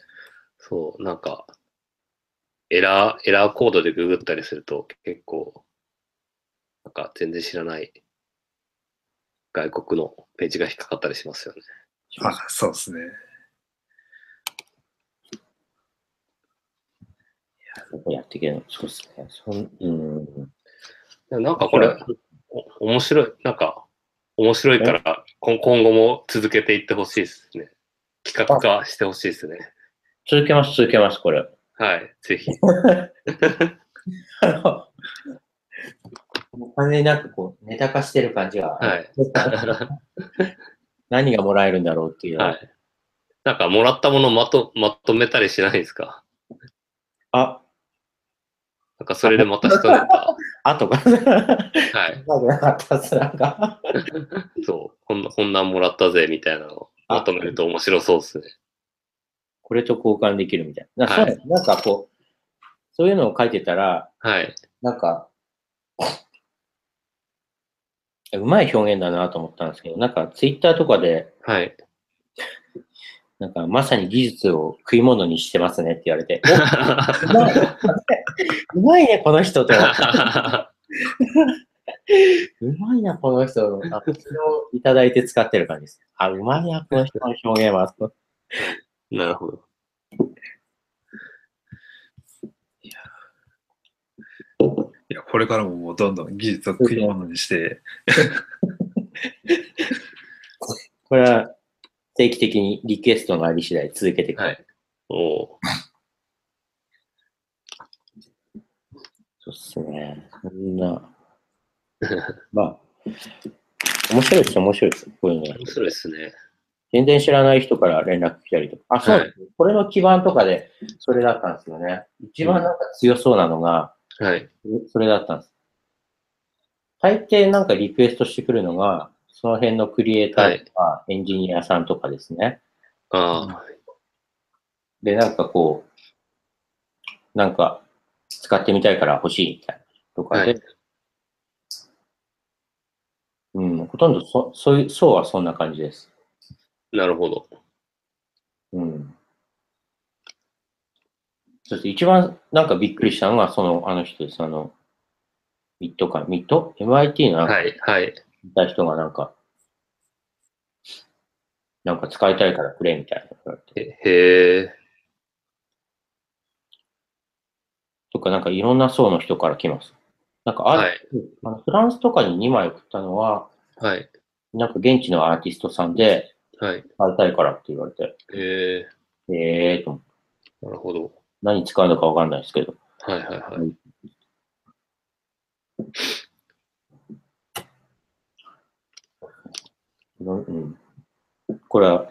S1: そう、なんか、エラー、エラーコードでググったりすると結構、なんか全然知らない外国のページが引っかかったりしますよね。
S3: あそうですね。
S2: どこやっていけるのそうですね。そんうん。
S1: でもなんかこれ、お面白い、なんか面白いから今今後も続けていってほしいですね。企画化してほしいですね。
S2: 続けます、続けます、これ。
S1: はい、ぜひ。
S2: あの、もう完全になんかこう、ネタ化してる感じが、
S1: はい、
S2: 何がもらえるんだろうっていう。
S1: はい。なんかもらったものまとまとめたりしないですか
S2: あ、
S1: なんかそれでまた一ネタ。
S2: あ とか。な
S1: はい。
S2: なかったっす、なんか。
S1: そう、こんな、こんなんもらったぜ、みたいなのをまとめると面白そうですね。
S2: これと交換できるみたいな。な
S1: はい
S2: そうなんかこう、そういうのを書いてたら、
S1: はい。
S2: なんか、うまい表現だなと思ったんですけど、なんかツイッターとかで、
S1: はい。
S2: なんかまさに技術を食い物にしてますねって言われて、おうまいうまいね、この人と。うまいな、この人の。あ、それをいただいて使ってる感じです。あ、うまいな、この人の表現は。
S1: なるほど。
S3: いや、これからももうどんどん技術を食い物にして、
S2: これは定期的にリクエストがあり次第続けていく。
S1: はい。おー
S2: そうっすね。こんな。まあ、面白いですよ、面白いですよ。こういうのが
S1: 面白いですね。
S2: 全然知らない人から連絡来たりとか。あ、そう、
S1: はい
S2: これの基盤とかで、それだったんですよね。一番なんか強そうなのが、
S1: はい。
S2: それだったんです。大抵なんかリクエストしてくるのが、その辺のクリエイターとかエンジニアさんとかですね。
S1: あ
S2: で、なんかこう、なんか使ってみたいから欲しいみたいなとかで、
S1: は
S2: うん、ほとんどそそういう、そうはそんな感じです。
S1: あ、なるほど。
S2: うん。そして一番なんかびっくりしたのが、その、あの人です。あの、ミッドか、ミッド ?MIT のなんか
S1: はい。はい。
S2: いた人がなんか、なんか使いたいからくれみたいな言われて。
S1: へへえ。
S2: とか、なんかいろんな層の人から来ます。なんかあ、
S1: はい。
S2: あのフランスとかに2枚送ったのは、
S1: はい。
S2: なんか現地のアーティストさんで、
S1: はい。
S2: 使いたいからって言われて、
S1: へえ。
S2: えーと、
S1: なるほど。
S2: 何使うのかわかんないですけど。
S1: はい。はい。はい。
S2: うん、これは、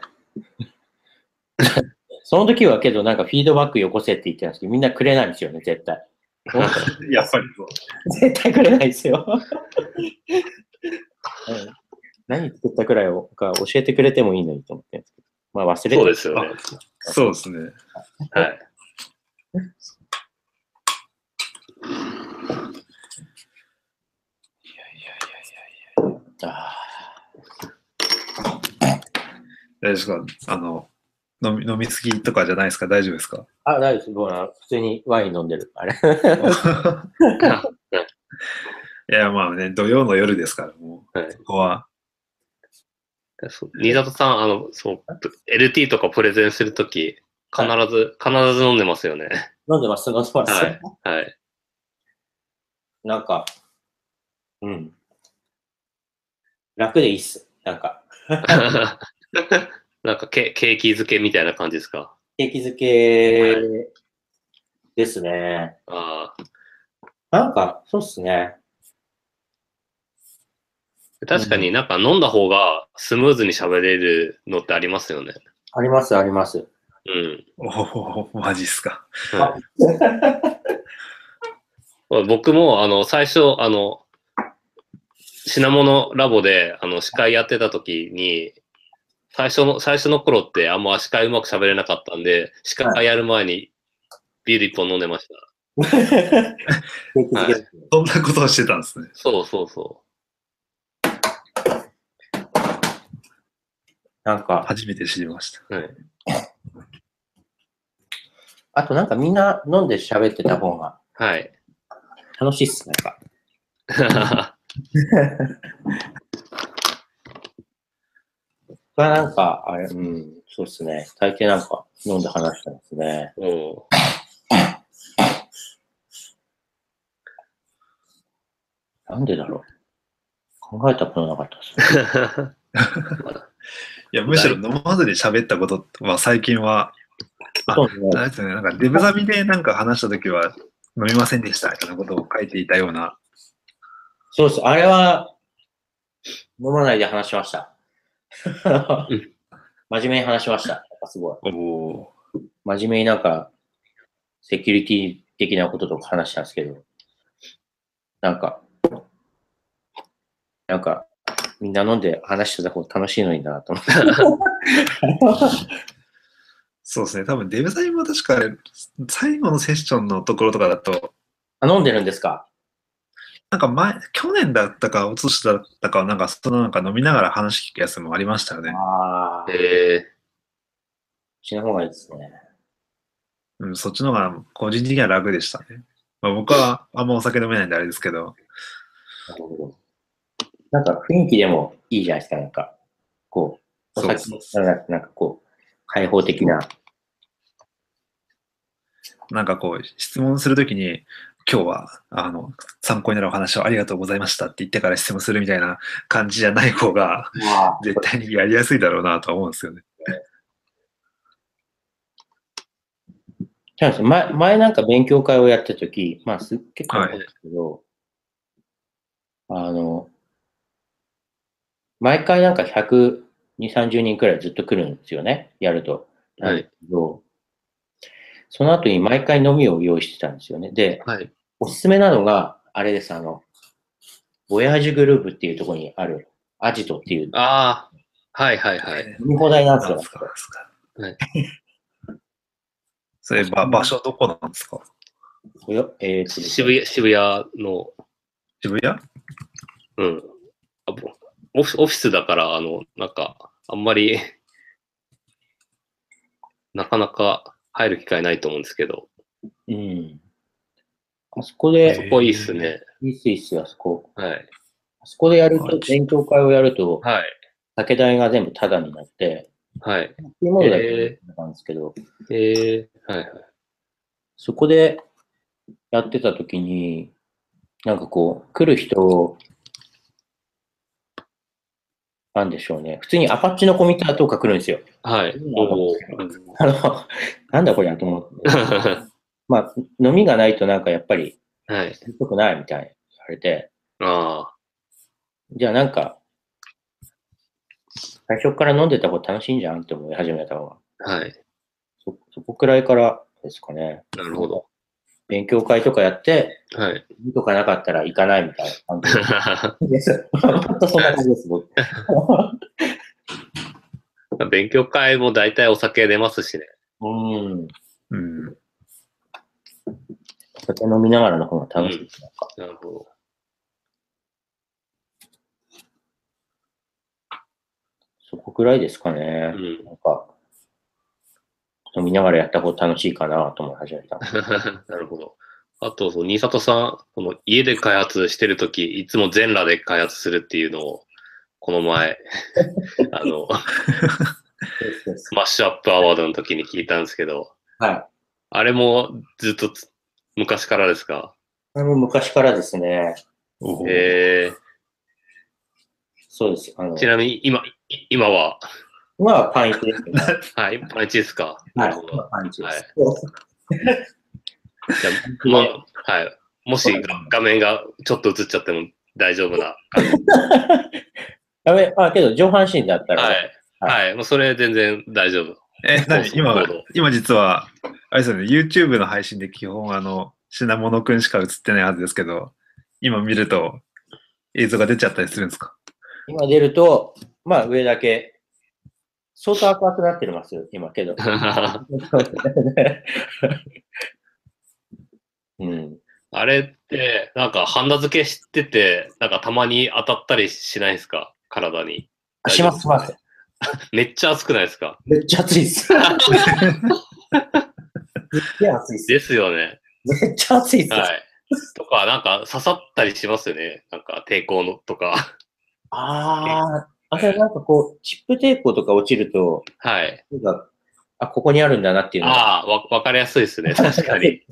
S2: その時はけど、なんかフィードバックよこせって言ってたんですけど、みんなくれないんですよね、絶対。
S3: やっぱりそう。
S2: 絶対くれないですよ。うん何作ったくらいをか教えてくれてもいいのにと思ってるんですけど、まあ忘れて
S1: そうですよね。
S3: そうですね。
S1: はい。
S3: 大丈
S2: あ
S3: 夫ですかあの、飲み飲みすぎとかじゃないですか大丈夫 ですか
S2: ーあ、大丈夫です。僕は普通にワイン飲んでる。あれ。
S3: いや、まあね、土曜の夜ですから、もう、
S1: はい
S3: ここは。
S1: そう新里さん、あの、そう、LT とかプレゼンするとき、必ず、必ず飲んでますよね。
S2: 飲んでます、飲んでます。
S1: はい。はい。
S2: なんか、うん。楽でいいっす。なんか、
S1: なんかケ、ケーキ漬けみたいな感じですか
S2: 景気づけですね。
S1: ああ。
S2: なんか、そうっすね。
S1: 確かになんか飲んだ方がスムーズに喋れるのってありますよね。
S2: あります、あり ます。
S1: うん。
S3: おお、マジっすか。
S1: はい僕も、あの、最初、あの、品物ラボで、あの、司会やってた時に、最初の、最初の頃ってあんま足会うまく喋れなかったんで、司会やる前にビール一本飲んでました。はい
S3: そんなことをしてたんですね。
S1: そうそうそ
S2: なんか、
S3: 初めて知りました。
S1: う。はい、
S2: あとなんかみんな飲んで喋ってた方が
S1: はい。
S2: 楽しいっすね。なんか僕はなんか、あれ、うん、そうっすね。大抵なんか飲んで話したんですね。
S1: も
S2: なんでだろう。考えたことなかったっすね。
S1: う
S3: いや、むしろ飲まずに喋ったことは最近は、あ
S2: そうですね
S3: あれですね、なんかデブザミでなんか話したときは、飲みませんでしたみたいなことを書いていたような、
S2: そうそう、あれは、飲まないで話しました。
S1: ん
S2: 真面目に話しました。やっぱすごい。
S3: おお
S2: 真面目になんか、セキュリティ的なこととか話したんですけど、なんか、なんか、みんな飲んで話してた方が楽しいのになと思って。
S3: そうですね、多分デブザミも確かあれ、最後のセッションのところとかだと、
S2: あ飲んでるんですか
S3: なんか前、去年だったか、一昨年だったか、なんか、そのなんか飲みながら話聞くやつもありましたよね。
S2: ああ。こっ
S1: え
S2: ちの方がいいですね。
S3: うん、そっちの方が個人的には楽でしたね。まあ、僕はあんまお酒飲めないんであれですけど、
S2: なるほど。なんか雰囲気でもいいじゃないですか、なんか。こう、お
S3: そう
S2: 酒
S3: そう
S2: じゃなくてなんかこう、開放的な。
S3: なんかこう、質問するときに、今日は、あの、参考になるお話をありがとうございましたって言ってから質問するみたいな感じじゃない方が、絶対にやりやすいだろうなとは思うんですよね。
S2: そうなんですよ前前なんか勉強会をやったとき、まあす、結構前ですけど、あの、毎回なんか100、2、30人くらいずっと来るんですよね、やると。
S1: ー、はい。
S2: けどその後に毎回飲みを用意してたんですよね。で、
S1: はい。
S2: おすすめなのが、あれです、あの、ボヤージュグループっていうところにある、アジトっていう、
S1: ああ、はいはいはい。
S2: 飲み放題なんです
S3: なん
S2: よ
S3: です。か、なんですか。
S1: はい
S3: それば、場所どこなんですか
S2: およえーとですね
S1: 渋谷、渋谷の、
S3: 渋谷
S1: うん。あぼオフィスオフィスだから、あの、なんか、あんまり、なかなか入る機会ないと思うんですけど、
S2: うん。あそこ
S3: へ
S1: そ
S2: で、
S1: こいいっすね。
S2: いいスイスよ、あそこ。
S1: はい。
S2: あそこでやる
S3: あ
S2: と、勉強会をやると、
S1: はい。
S2: 酒代が全部タダになって、
S1: はい。
S2: そういうものだけなんですけど、
S1: えー、はいはい。
S2: そこでやってた時に、なんかこう、来る人を、なんでしょうね。普通にアパッチのコミュニターとか来るんですよ。
S1: はい。
S2: うん
S1: おお。
S2: あの、なんだこれと思 って。まあ、飲みがないとなんかやっぱり、
S1: はい。
S2: 良くないみたいに言われて、
S1: あ
S2: じゃあなんか、最初から飲んでた方が楽しいんじゃんって思い始めた方が。
S1: あ、はい。
S2: そ、そこくらいからですかね。
S1: なるほど。
S2: 勉強会とかやって、
S1: はい。
S2: いいとかなかったら行かないみたいな感じ です。本当そんな感じです、僕。
S1: 勉強会も大体お酒出ますしね。
S2: うん。
S3: うん。
S2: 酒飲みながらの方が楽しいですね。
S1: なるほど。
S2: そこくらいですか
S1: う
S2: ね。
S1: ん。
S2: なんか、飲みながらやった方が楽しいかなと思い始めた。
S1: なるほど。あと、その新里さん、その家で開発してるとき、いつも全裸で開発するっていうのを、この前、 あの、スマッシュアップアワードの時に聞いたんですけど、
S2: はい。
S1: あれもずっとつ昔からですか
S2: これも昔からですね。
S3: おー
S1: え
S2: そうです。あの
S1: ー、、ちなみに今、い今は、
S2: 今はパンイチですね。
S1: はい、パンチですかな
S2: はい
S1: るほ。
S2: 今
S1: ど。
S2: はパンイチです。
S1: じゃあまあはい。もしが画面がちょっと映っちゃっても大丈夫な感じ。
S2: やべ、あ、けど上半身だったら、
S1: はい。はい。もうそれ全然大丈夫。
S3: え、なに
S1: そうそう
S3: 今は
S1: そうそう、
S3: 今実は、あれですよね、YouTube の配信で基本、あの、品物くんしか映ってないはずですけど、今見ると 映像が出ちゃったりするんですか
S2: 今出ると、まあ上だけ相当赤くなってますよ、今けど。 うん。
S1: あれって、なんか、ハンダ付けしてて、なんかたまに当たったりしないですか体に。
S2: あします、します。
S1: めっちゃ熱くないですか
S2: めっちゃ暑いっす。めっちゃ暑 いっす。
S1: ですよね。
S2: めっちゃ暑いっす。
S1: はい。とか、なんか刺さったりしますよね。なんか抵抗のとか。
S2: ああ、あれなんかこう、チップ抵抗とか落ちると、
S1: はい。
S2: なんか、あ、ここにあるんだなっていうのが
S1: ああ、わわかりやすいですね。確か に。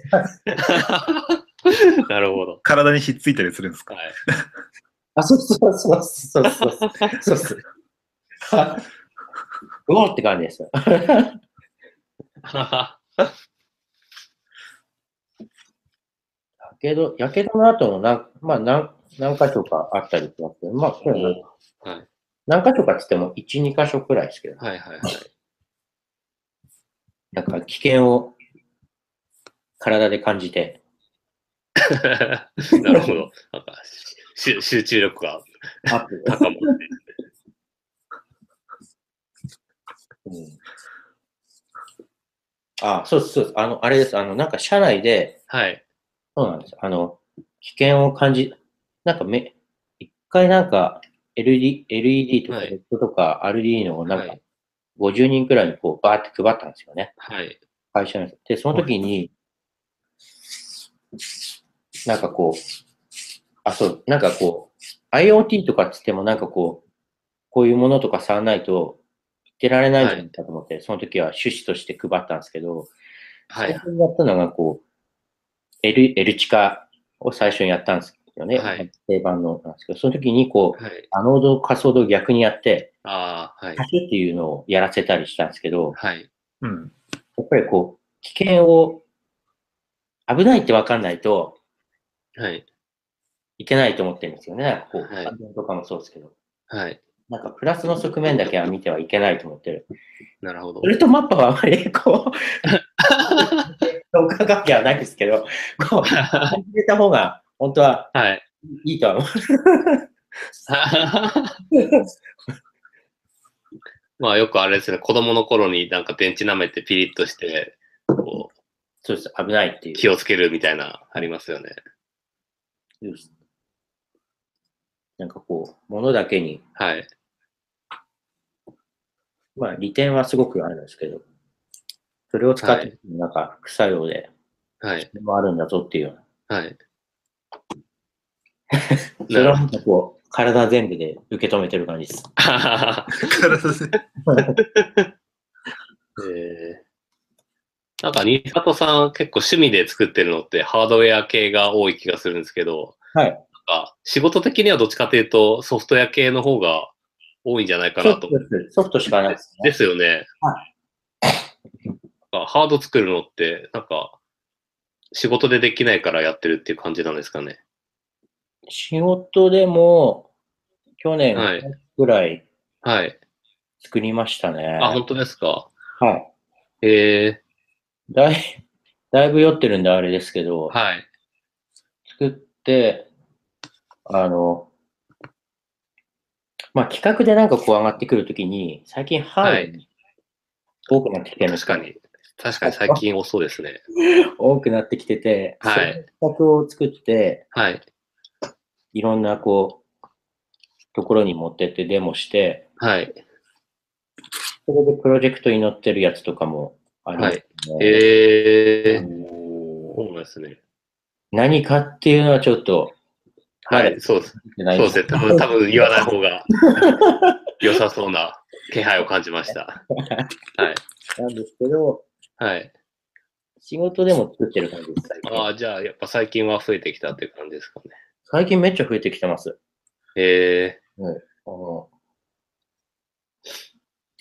S1: なるほど。
S3: 体にひっついたりするんですか
S1: はい。
S2: あ、そうそうそうそうそうそう。そうっす。 はうおーって感じですよ。やけど、やけどの後もなん、まあ、なん何箇所かあったりしますけど、まあ、そういうの
S1: はい
S2: 何箇所かって言っても、1、2箇所くらいですけど、
S1: はいはいはい。
S2: なんか危険を体で感じて、
S1: なるほど。なんか、し集中力が
S2: アップ。
S1: 高まって。
S2: うんあ、そうです、そうです。あの、あれです。あの、なんか車内で、
S1: はい。
S2: そうなんです。あの、危険を感じ、なんかめ、一回なんか LED, LED とか
S1: はい
S2: ネットとか RD のをなん
S1: は
S2: か50人くらいにこうバーって配ったんですよね。
S1: はい。
S2: 会社の人。で、その時に、なんかこう、あ、そう、なんかこう、IoT とかっつってもなんかこう、こういうものとか触らないと、言ってられないんじゃないかと思って、その時は趣旨として配ったんですけど、
S1: はい。
S2: 最初にやったのが、こう、L、L 地下を最初にやったんですよね。
S1: はい
S2: 定番のなんですけど、その時に、こう、
S1: はい。
S2: アノード、仮想ドを逆にやって、
S1: ああ、はい
S2: キャ。シュっていうのをやらせたりしたんですけど、
S1: はい。
S3: うん。
S2: やっぱりこう、危険を、危ないって分かんないと
S1: はい。
S2: いけないと思ってるんですよね。なんかこう、
S1: はい
S2: 安全とかもそうですけど。
S1: はい。
S2: なんかプラスの側面だけは見てはいけないと思ってる。
S1: なるほど
S2: そ。れとマッパはあまりこ う、同化関係はないですけど、こう、
S1: は。
S2: 入れた方が本当はいいいとは思う
S1: まあよくあれですね、子供の頃になんか電池舐めてピリッとして、こう
S2: そうです、危ないっていう。
S1: 気をつけるみたいな、ありますよね。
S2: なんかこう、ものだけに、
S1: はい。
S2: まあ利点はすごくあるんですけど、それを使って、なんか副作用で、
S1: はい。
S2: それもあるんだぞっていうような。
S1: は い。
S2: それはなんかこう、体全部で受け止めてる感 じです。
S3: 体で
S1: えーなんか、新里さん結構趣味で作ってるのってハードウェア系が多い気がするんですけど、
S2: はい
S1: なんか仕事的にはどっちかというとソフトウェア系の方が多いんじゃないかなと。
S2: ソフトしかないですね。
S1: ですよね。なんかハード作るのって、なんか、仕事でできないからやってるっていう感じなんですかね。
S2: 仕事でも、去年
S1: はい
S2: ぐらい
S1: はい。
S2: 作りましたね。
S1: あ、本当ですか。
S2: はい。
S1: え
S2: だい、だいぶ酔ってるんであれですけど、
S1: ー、はい。
S2: 作って、あの、まあ、企画でなんかこう上がってくるときに、最近ハードに多くなってきてるんで
S1: 確
S2: す
S1: かに。確かに最近多そうですね。
S2: 多くなってきてて、
S1: はい
S2: その企画を作って、
S1: はい。
S2: いろんなこう、ところに持ってってデモして、
S1: はい。
S2: それでプロジェクトに載ってるやつとかもありますね。
S1: えー、
S3: おー
S1: そうですね。
S2: 何かっていうのはちょっと、
S1: は
S2: まだ
S1: い、そうです。
S2: 言ってない
S1: そうですね。多分、多分言わない方が良さそうな気配を感じました。はい。
S2: なんですけど、
S1: はい。
S2: 仕事でも作ってる感じです。最
S1: あ
S2: 近
S1: あ、じゃあ、やっぱ最近は増えてきたっていう感じですかね。
S2: 最近めっちゃ増えてきてます。
S1: え
S2: あの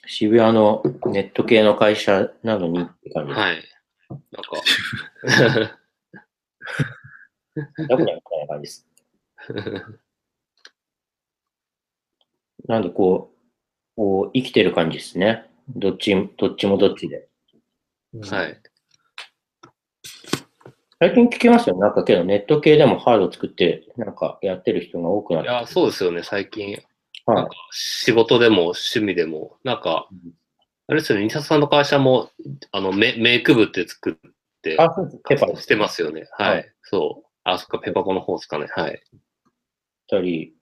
S2: 渋谷のネット系の会社などにって感
S1: ー、
S2: じ。
S1: はい。なんか
S2: だからみたいな感じです。なんでこう、こう生きてる感じですね。どっち、どっちもどっちで。
S1: は。い。
S2: 最近聞きますよ。なんかけど、ネット系でもハード作って、なんかやってる人が多くないって。
S1: や、そうですよね、最近。
S2: は
S1: なんか仕事でも趣味でも、なんか
S2: うん、
S1: あれですよね、印刷さんの会社も、あの、メメイク部って作って、
S2: あ、そうです。ペパ
S1: してますよね。はい。
S2: は
S1: そう。あ、そっか、ペパコの方ですかね。はい。
S2: たり、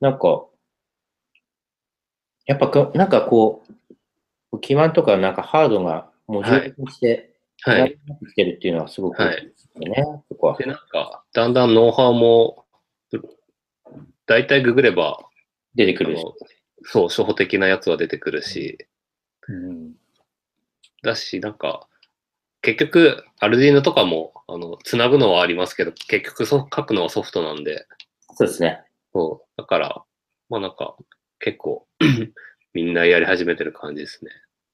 S2: なんか、やっぱこう、なんかこう、基盤とかなんかハードがもう充実して、
S1: は
S2: なく
S1: い。
S2: なってきてるっていうのはすごく
S1: はい
S2: いですよね、そこは
S1: で、。なんか、だんだんノウハウも、大体ググれば、
S2: 出てく
S1: あ
S2: るし。
S1: のそう、初歩的なやつは出てくるし、
S3: うん。
S1: だし、なんか、結局、アルディーノとかも、あの、つなぐのはありますけど、結局そ、書くのはソフトなんで、
S2: そうですね。
S1: そう。だから、まあなんか、結構、 みんなやり始めてる感じですね。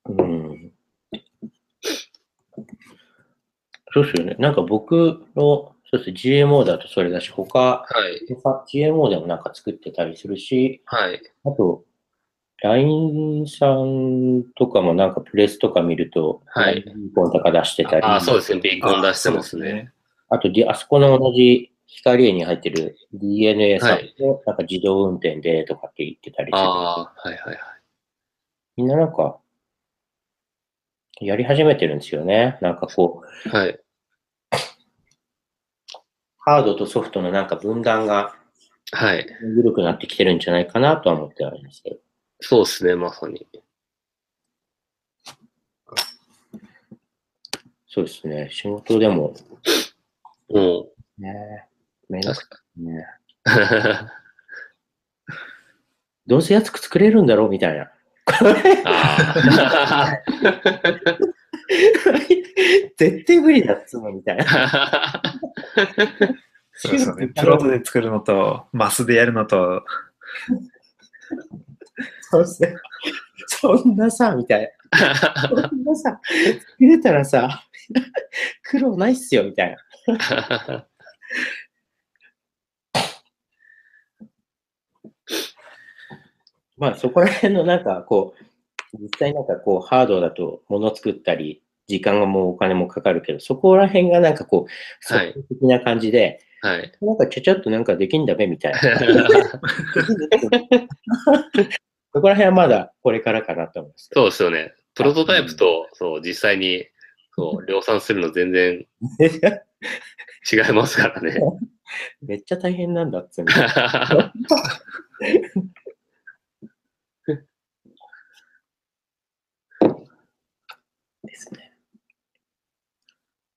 S2: うん。そうですよね。なんか僕の、そうです GMO だとそれだし、他、
S1: はい。
S2: GMO でもなんか作ってたりするし、
S1: はい。
S2: あと、LINE さんとかもなんかプレスとか見ると、
S1: はい
S2: ビーコンとか出してたり、
S1: あ、そうですね。ビーコン出してますね。
S2: あと、であそこの同じ光栄に入ってる DNA さんも、なんか自動運転でとかって言ってたりして、
S1: ああ、はいはいはい。
S2: みんななんか、やり始めてるんですよね。なんかこう、
S1: はい。
S2: ハードとソフトのなんか分断が
S1: はい。
S2: 緩くなってきてるんじゃないかなとは思ってあるんですけど。
S1: そうですね、まさに。
S2: そうですね。仕事でも、
S1: も
S2: ね、めん
S1: う、
S2: どくさ
S1: 確か
S2: いね。
S1: に。
S2: どうせやつく作れるんだろうみたいな。
S1: あ
S2: 絶対無理だっつうのみたいな。
S1: あ。
S3: そうですよね。プロトで作るのと、マスでやるのと、
S2: そうっすね。そんなさ、みたいな。そんなさ、作れたらさ、 苦労ないっすよ、みたいな。 まあ、そこら辺のなんか、こう、実際なんかこう、ハードだと物作ったり、時間がもうお金もかかるけど、そこら辺がなんかこう、
S1: は
S2: 即
S1: い
S2: 興的な感じで、
S1: はい。
S2: なんかちゃちゃっとなんかできんだべ、みたいな。そこら辺はまだこれからかなと思いますけど。
S1: そうですよね。プロトタイプと、そう、実際に、そう、量産するの全然違いますからね。
S2: めっちゃ大変なんだっつうの。ですね。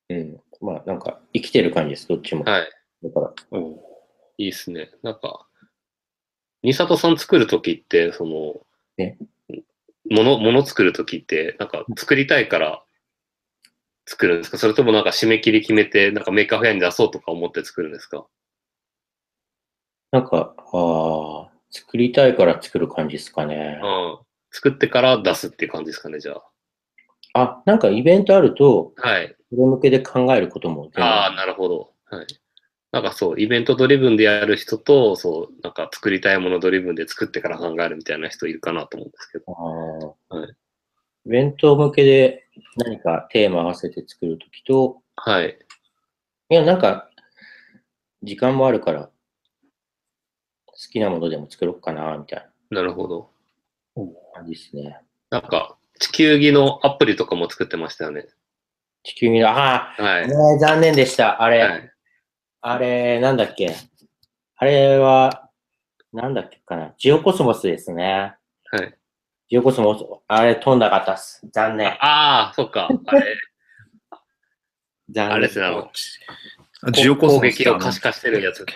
S2: うん。まあ、なんか、生きてる感じです、どっちも。
S1: はい。
S2: だから、
S1: いいっすね。なんか、ミサトさん作るときって、その、
S2: ね
S1: もの、もの作るときって、なんか作りたいから作るんですかそれともなんか締め切り決めて、なんかメーカーフェアに出そうとか思って作るんですか
S2: なんか、ああ、作りたいから作る感じですかね。
S1: うん。作ってから出すっていう感じですかね、じゃあ。
S2: あ、なんかイベントあると、
S1: はい。
S2: それ向けで考えることも全然
S1: ああ、なるほど。はい。なんかそう、イベントドリブンでやる人と、そう、なんか作りたいものドリブンで作ってから考えるみたいな人いるかなと思うんですけど。
S2: ああ、
S1: はい
S2: イベント向けで何かテーマ合わせて作るときと、
S1: はい。
S2: いや、なんか、時間もあるから、好きなものでも作ろうかな、みたい
S1: なるほど。
S2: な感じですね。
S1: なんか、地球儀のアプリとかも作ってましたよね。
S2: 地球儀の、あ
S1: は
S2: あ、
S1: い。
S2: ね残念でした。あれ、
S1: はい、
S2: あれ、なんだっけ。あれは、なんだっけかな。ジオコスモスですね。
S1: はい、
S2: ジオコスモス、あれ飛んだかったっす。残念。
S1: ああ、そっか。あ れ、
S2: 残念。
S1: あれですね、あの、
S3: あジオコス
S1: 攻
S3: モスって
S1: 撃を
S3: あの
S1: 可視化してるやつ。はい。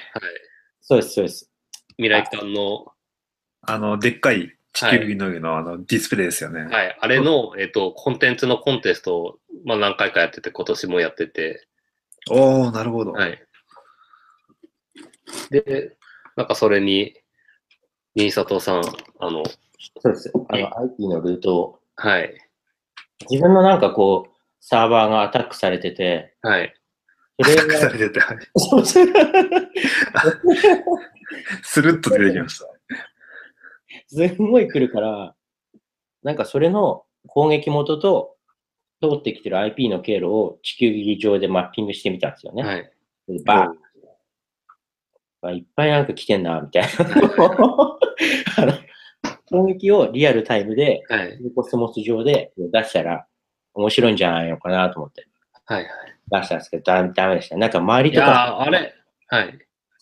S2: そうです、そうです。
S1: 未来館の、
S3: あの、でっかい地球儀の上のあのディスプレイですよね。
S1: はい、あれの、えっと、コンテンツのコンテストを、まあ、何回かやってて、今年もやってて、
S3: おー、なるほど。
S1: はい。で、なんかそれに、新里さん、あの、
S2: そうです。あの、IT のルートを。
S1: はい、
S2: 自分のなんかこう、サーバーがアタックされてて、
S1: はい、
S2: それ
S3: 隠さ
S2: が、
S3: れてて、はい
S2: そうそう
S3: スルッと出てきました。
S2: すんごい来るから、なんかそれの攻撃元と、通ってきてる IP の経路を地球儀上でマッピングしてみたんですよね。
S1: はい。
S2: でバーンあいっぱいなんか来てんな、みたいな。あの衝撃をリアルタイムで、
S1: はい。
S2: コスモス上で出したら面白いんじゃないのかなと思って
S1: はいはい。
S2: 出したんですけど、ダメダメでした。なんか周り
S1: い
S2: と
S1: や
S2: か、
S1: ーあれはい。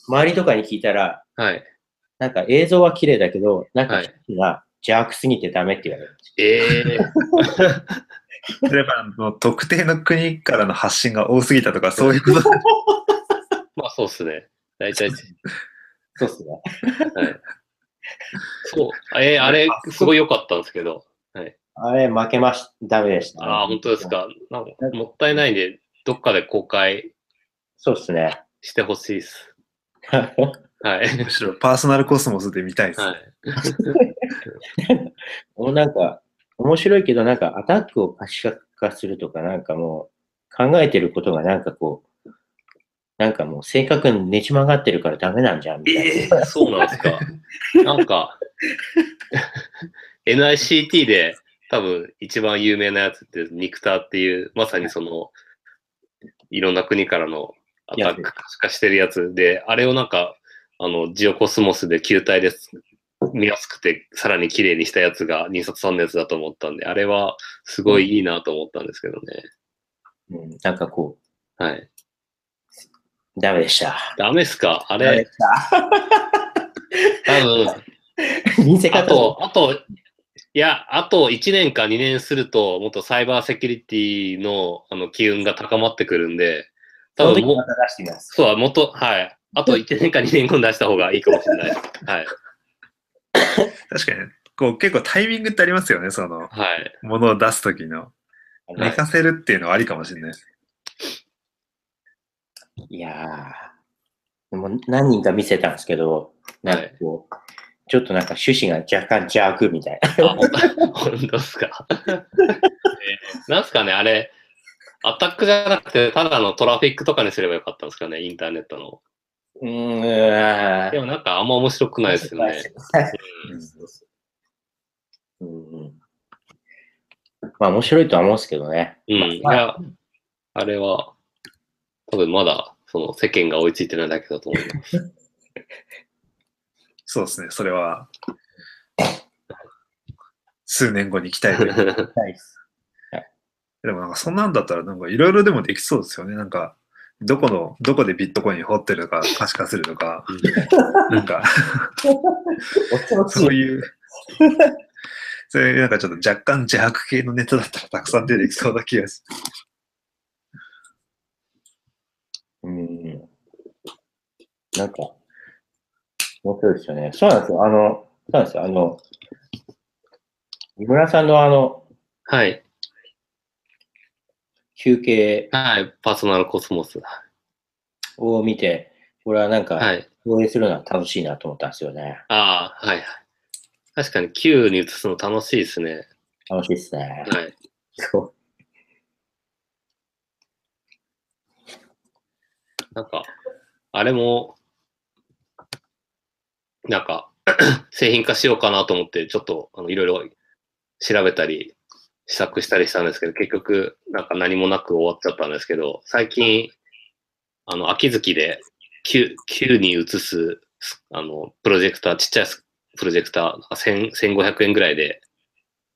S2: 周りとかに聞いたら、
S1: はい。
S2: なんか映像は綺麗だけど、なんか
S1: はい
S2: 機器が邪悪すぎてダメって言われる。
S1: ええ
S3: それからの特定の国からの発信が多すぎたとか、そういうこと。
S1: まあそうっすね。大体、
S2: そうっすね。
S1: そう。えーあれ、すごい良かったんですけど。
S2: あれ負けまし、ダメでした、
S1: ああ、本当です。か。なんかもったいないんで、どっかで公開
S2: そうっすね。
S1: してほしいです。はい。
S3: むしろパーソナルコスモスで見たいです。
S1: はい。
S2: もうなんか、面白いけど、なんかアタックを可視化するとか、なんかもう、考えてることがなんかこう、なんかもう正確にねじ曲がってるからダメなんじゃんみたいな。
S3: えー
S1: そうなんですか。なんか、NICT で多分一番有名なやつって、ニクターっていう、まさにその、いろんな国からのアタック可視化してるやつで、あれをなんか、あの、ジオコスモスで球体です。見やすくて、さらに綺麗にしたやつが、印刷さんのやつだと思ったんで、あれはすごいいいなと思ったんですけどね。
S2: うん、なんかこ
S1: はい。
S2: う、ダメでした。
S1: ダメっすかあ
S2: ダメ
S1: れ
S2: で、した。
S1: 多分、
S2: 見せ
S1: あ
S2: 方を
S1: と、あと、いや、あと1年か2年すると、もっとサイバーセキュリティのあの機運が高まってくるんで、
S2: そ
S1: 多
S2: の
S1: 分
S2: 時
S1: も
S2: ま
S1: う、
S2: た出してみます。
S1: そうだ、もっと、はい。あと1年か2年後に出した方がいいかもしれない。はい。
S3: 確かに、こう結構タイミングってありますよね、その、
S1: はい。
S3: ものを出すときの。
S1: は
S3: 寝
S1: い
S3: かせるっていうのはありかもしれないです。
S2: いやー、でも何人か見せたんですけど、なんかこう、ちょっとなんか趣旨が若干邪悪みたいな。
S1: あ、ほんと本当っすか。 えーなんすかね、あれ、アタックじゃなくて、ただのトラフィックとかにすればよかったんですかね、インターネットの。
S2: うーん。
S1: でもなんかあんま面白くないですよね。
S3: うん
S2: うんまあ面白いとは思うんですけどね。
S1: うん。いや、あれは、多分まだ、その世間が追いついてないだけだと思います。
S3: そうですね、それは。数年後に期待で。 でもなんかそんなんだったらなんかいろいろでもできそうですよね。なんか、どこの、どこでビットコイン掘ってるとか可視化すると か、なんか、そう いう、そういうなんかちょっと若干邪悪系のネタだったらたくさん出てきそうな気がする。
S2: うん。なんか、面白いですよね。そうなんですよ。あの、そうなんですよ。あの、井村さんのあの、
S1: はい。
S2: 休憩
S1: はい。パーソナルコスモス。
S2: を見て、これはなん
S1: は
S2: か、
S1: い。
S2: 応援するのは楽しいなと思ったんですよね。
S1: ああ、はいはい。確かに Q に移すの楽しいですね。
S2: 楽しいですね。
S1: はい。
S2: そう。
S1: なんか、あれも、なんか、 製品化しようかなと思って、ちょっと、あの、いろいろ調べたり、試作したりしたんですけど、結局、なんか何もなく終わっちゃったんですけど、最近、あの、秋月で Q、Q に移す、あの、プロジェクター、ちっちゃいプロジェクター、なんか1000 1500円ぐらいで、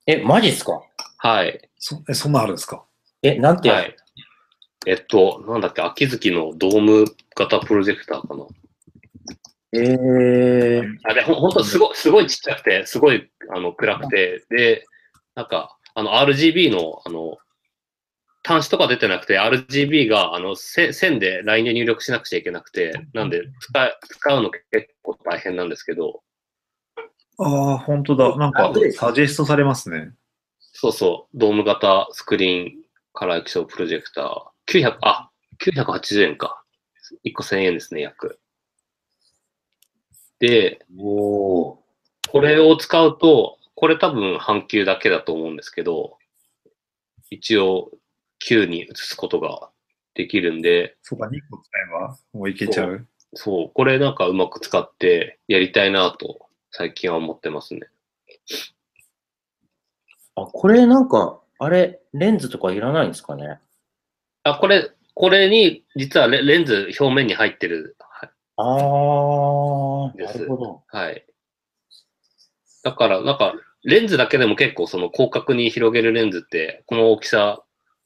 S2: え、マジっすか
S1: はい、
S3: そえそんなんあるんですか
S2: え、なんてやつ、
S1: はい。えっと、なんだっけ、秋月のドーム型プロジェクターかな。
S2: えー、
S1: あれ、ほんほんとすごい、すごいちっちゃくて、すごいあの暗くて、で、なんか、あの RGB の、あの、端子とか出てなくて、RGB が、あの、せ線で LINE で入力しなくちゃいけなくて、なんで、使う、使うの結構大変なんですけど、
S3: ああ、本当だ。なんか、サジェストされますね。
S1: そうそう、ドーム型スクリーンカラー液晶プロジェクター、900、あ、980円か。1個1000円ですね、約。で、
S2: おー。
S1: これを使うと、これ多分半球だけだと思うんですけど、一応球に移すことができるんで、
S3: そうか、2個使えばもういけちゃう。
S1: そう、これなんかうまく使ってやりたいなと最近は思ってますね。
S2: あ、これなんか、あれ、レンズとかいらないんですかね
S1: あ、これ、これに実はレレンズ表面に入ってる。はい
S2: あー、
S1: で
S2: な
S1: す
S2: るほど。
S1: はい。だから、なんか、レンズだけでも結構その広角に広げるレンズって、この大きさ、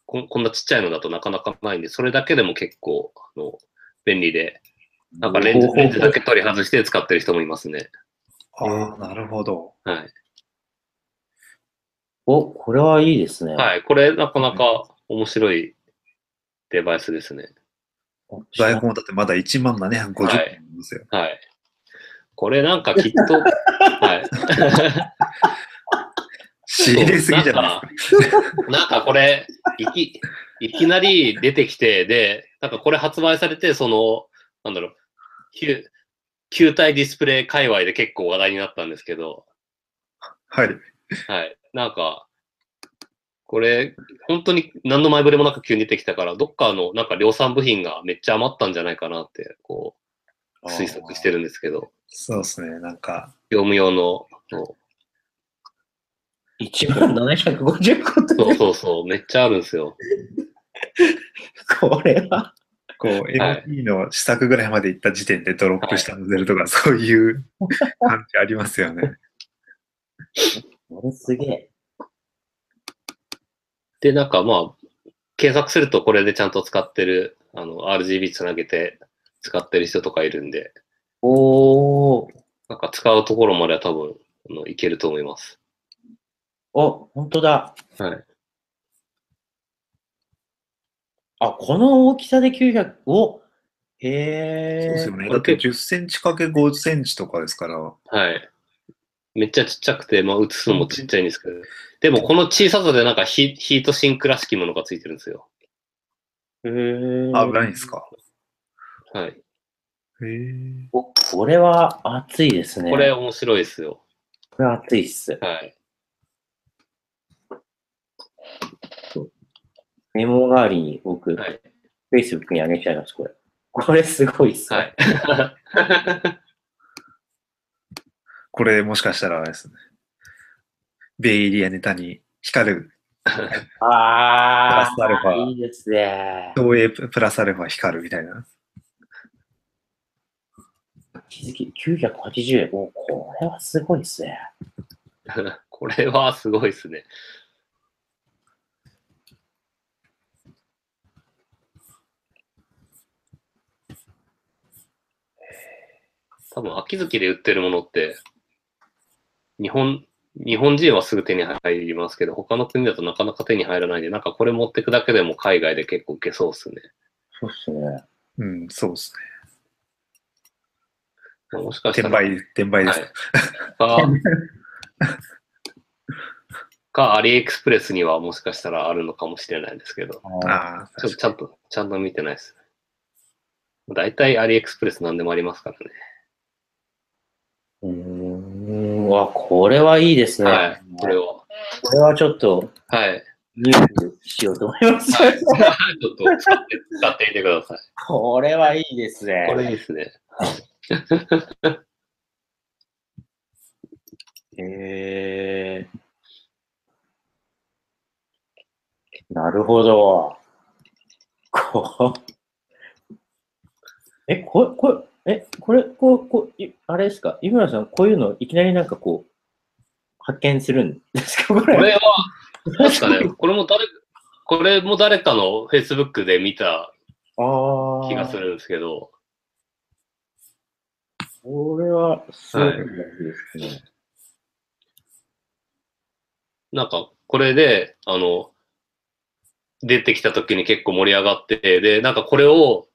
S1: こんこんなちっちゃいのだとなかなかないんで、それだけでも結構、あの、便利で、なんかレンズ
S2: ほうほうほう
S1: レンズだけ取り外して使ってる人もいますね。
S3: ああ、なるほど。
S1: はい。
S2: お、これはいいですね。
S1: はい。これ、なかなか面白いデバイスですね。
S3: 台本だってまだ1万750本ありますよ。
S1: はい。これなんかきっと、はい。
S3: 仕入れすぎじゃな
S1: な
S3: い
S1: んかなんかこれ、いき、いきなり出てきて、で、なんかこれ発売されて、その、なんだろう、球、球体ディスプレイ界隈で結構話題になったんですけど、
S3: はい。
S1: はい。なんか、これ、本当に何の前触れもなく急に出てきたから、どっかのなんか量産部品がめっちゃ余ったんじゃないかなって、こう、推測して
S3: る。
S1: るんですけど、
S3: そうですね。なんか、
S1: 業務用の、そう
S2: 1万750個って、
S1: そうそうそう、めっちゃあるんですよ。
S2: これは。
S3: こう、MP の試作ぐらいまで行った時点でドロップしたモデルとか、そういう感じありますよね。
S2: これすげえ。
S1: で、なんかまあ、検索するとこれでちゃんと使ってる、あの、RGB つなげて使ってる人とかいるんで、
S2: おー。
S1: なんか使うところまでは多分、あのいけると思います。
S2: あ、本当だ。
S1: はい。
S2: あ、この大きさで900、お
S3: そう
S2: へ
S3: です
S2: え
S3: よ。ね。だって10センチ ×5 センチとかですから、
S1: はい。めっちゃちっちゃくて、まあ、映すのもちっちゃいんですけど、でもこの小ささでなんかヒヒートシンクらしきものがついてるんですよ。
S2: へー
S3: 危ないんですか。
S1: はい。
S3: へえ。
S2: おこれは熱いですね。
S1: これ面白いですよ。
S2: これ熱いっす。
S1: はい。
S2: メモ代わりに僕、
S1: はい
S2: Facebook にあげちゃいます、これ。これすごいっ す。
S1: はい。
S3: これもしかしたらあれですね。ベイエリアネタに光る、
S2: あ
S3: プラスアルフ
S2: ー、
S3: ァ
S2: いいですね。
S3: 東映プラスアルファ光るみたいな。
S2: 気づき980円。おこれはすごいっすね。
S1: これはすごいですね。多分、秋月で売ってるものって、日本、日本人はすぐ手に入りますけど、他の国だとなかなか手に入らないんで、なんかこれ持ってくだけでも海外で結構受けそうですね。
S2: そうっすね。
S3: うん、そうです
S1: もしかし
S3: ね。
S1: た
S3: 転
S1: ら、
S3: 売、転売です、ね
S1: はい、か、か、アリエクスプレスにはもしかしたらあるのかもしれないですけど。
S2: あ
S3: ああ、
S1: ちょっと
S3: 確
S1: ちゃんと、ちゃんと見てないですね。大体アリエクスプレス何でもありますからね。
S2: ーうーん、わ、これはいいですね。
S1: はい。これを。
S2: これはちょっと、
S1: はい。
S2: ニュースしようと思います。
S1: はい、 ちょっと使って、使ってみてください。
S2: これはいいですね。
S1: これいいですね。
S2: へえなるほど。こう。え、これ、これ、え、これ、こう、こう、いあれですか井村さん、こういうの、いきなりなんかこう、発見するんですかこ
S1: こ
S2: れ。
S1: れは、どうですかね。これも誰、これも誰かの Facebook で見た
S2: ああ。
S1: 気がす。るんですけど、
S2: これは、すごい
S1: はい
S2: ですね。
S1: なんか、これで、あの、出てきた時に結構盛り上がって、で、なんかこれを、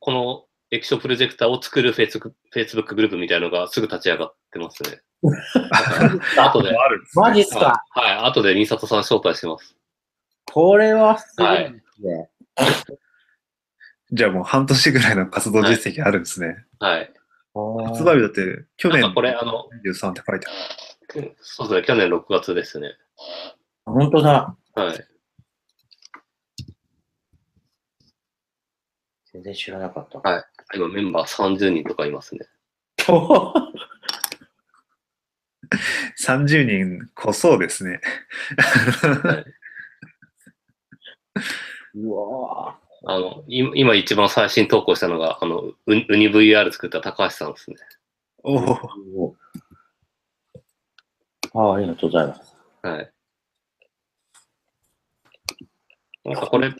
S1: この液晶プロジェクターを作る Facebook, Facebook グループみたいのがすぐ立ち上がってますね。
S3: か
S1: 後で、
S3: あるんですね
S2: マジっすか
S1: はい、後で新里さん招待します。
S2: これは、すごいですね。
S3: じゃあもう半年ぐらいの活動実績あるんですね。
S1: はい。
S2: あー
S3: 発売日だって去年
S1: なんかこれあの
S3: 23って書いてある。
S1: そうですね、去年6月ですね。
S2: 本当だ。
S1: はい。
S2: 全然知らなかった。
S1: 今メンバー30人とかいますね。
S3: 30人こそうですね。
S2: うわぁ。
S1: あの、い今一番最新投稿したのが、あの、ウウニ VR 作った高橋さんですね。
S3: おお、
S2: おああ、ありがとうございます。
S1: はい。なんかこれ、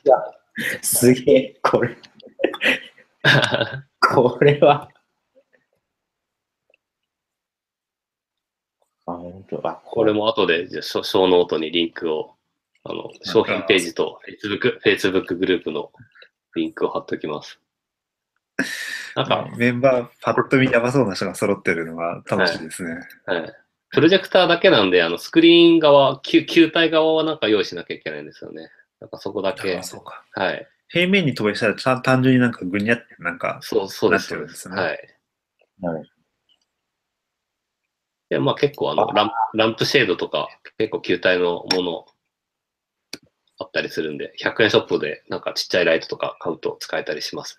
S2: すげえ、これ、 これは。あ、本当あ、
S1: これも後で、じゃあ、ショショーノートにリンクを、あの、商品ページと Facebook、Facebook グループのリンクを貼っときます。なんか、
S3: メンバー、パッと見やばそうな人が揃ってるのが楽しいですね。
S1: はい。プロジェクターだけなんで、あの、スクリーン側、球球体側はなんか用意しなきゃいけないんですよね。なんかそこだけ
S3: あ。そうか。
S1: はい。
S3: 平面に飛ばしたらちゃん単純になんかぐにゃってなんか、
S1: そう、そうです。
S3: なってるんですね
S1: はい。
S2: なるほど
S1: で、まあ結構あの
S2: あ
S1: ラン、ランプシェードとか、結構球体のものあったりするんで、100円ショップでなんかちっちゃいライトとか買うと使えたりします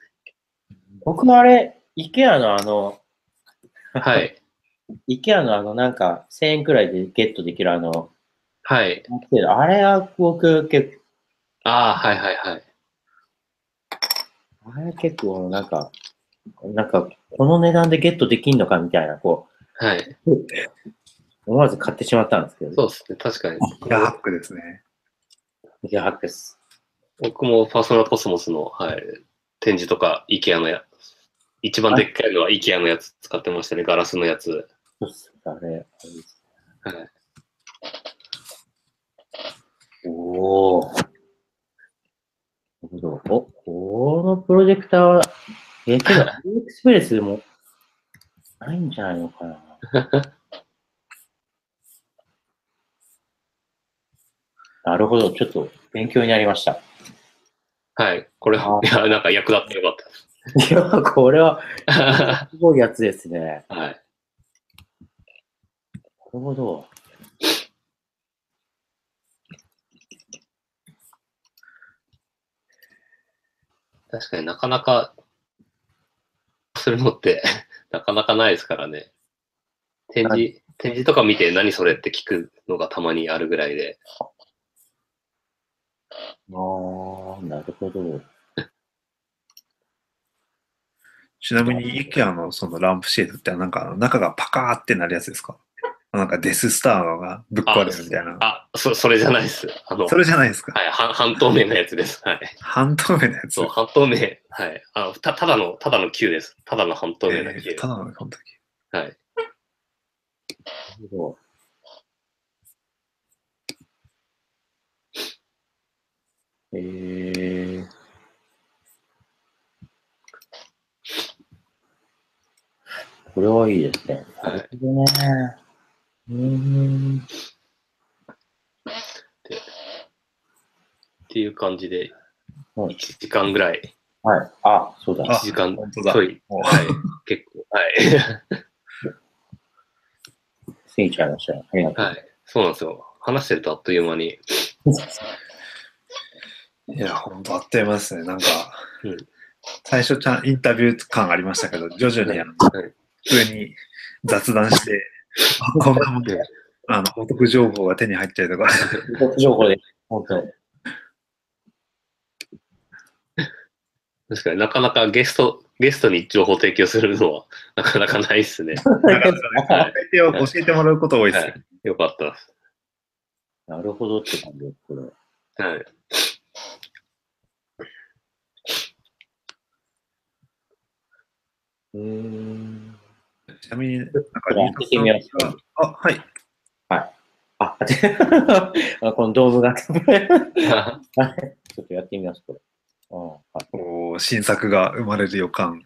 S2: 僕もあれ、IKEA のあの、
S1: ね。はい。
S2: IKEA のあの、なんか、1000円くらいでゲットできるあの、
S1: はい。
S2: あれは僕結
S1: ああ、はいはいはい。
S2: 構、あれ結構、なんか、なんか、この値段でゲットできんのかみたいな、こ
S1: はい。
S2: う、思わず買ってしまったんですけど、
S1: そうですね。確かに。
S3: ギガハックですね。
S2: ギガハックス。
S1: 僕もパーソナルコスモスの、はい、展示とか、IKEA のや、一番でっかいのは IKEA のやつ使ってましたね。ガラスのやつ。
S2: そうっすあれ、あれです
S1: はい。
S2: おお。なるほど。お、このプロジェクターは、え、けど、エクスプレスでも、ないんじゃないのかな。 なるほど。ちょっと、勉強になりました。い
S1: はい。これ、い
S2: あ
S1: や、 なんか役立ってよかっ
S2: や、これは、
S1: た。
S2: すごいやつですね。なる
S1: はい。
S2: ほど。
S1: 確かになかなか、するのって、 なかなかないですからね。展
S2: は
S1: 示、展示とか見て何それって聞くのがたまにあるぐらいで。
S2: ああ、なるほど。
S3: ちなみに IKEA のそのランプシェードってなんかあの中がパカーってなるやつですかなんかデススターのがぶっ壊れるみたいな。
S1: あ、そ、それじゃないです。あの、
S3: それじゃないですか。
S1: はい、半半透明なやつです。はい。
S3: 半透明のやつ。
S1: そう、半透明。はい。あのた、ただの、ただの球です。ただの半透明な球。
S3: えーただのこの時。
S1: はい。
S2: なるほど。えー。これはいいですね。
S1: はい
S2: なるほどね。うーん。
S1: っていう感じで、
S2: は
S1: 1
S2: い
S1: 時間ぐらい、
S2: はい。あ、そうだ。
S3: あ
S1: 1時間
S3: 本当だ
S1: ちょい、
S3: もう
S1: はい、結構、はい。
S2: 過ぎちゃいましたよ。ありがとう。
S1: はい。 そうなんですよ。話してるとあっという間に、
S3: いや、ほんとあっという間ですね。なんか
S1: うん、
S3: 最初ちゃんインタビュー感ありましたけど、徐々にあの
S1: はい
S3: 普通に雑談して、あこんなもんで、あの、お得情報が手に入ったりとか、
S2: 情報で、本当に。
S1: 確かになかなかゲスト、ゲストに情報提供するのは、 なかなかないですね。
S3: なんか相手を教えてもらうこと多いです
S1: は
S3: けど
S1: い。よかったです。
S2: なるほどって感じです、これ。
S1: はい。
S2: うーん。
S3: ちなみに、なんか、
S2: やってみよう
S3: さんあ、はい。
S2: あ、あこのドームが。ちょっとやってみます、これ。うんはい
S3: おー新作が生まれる予感。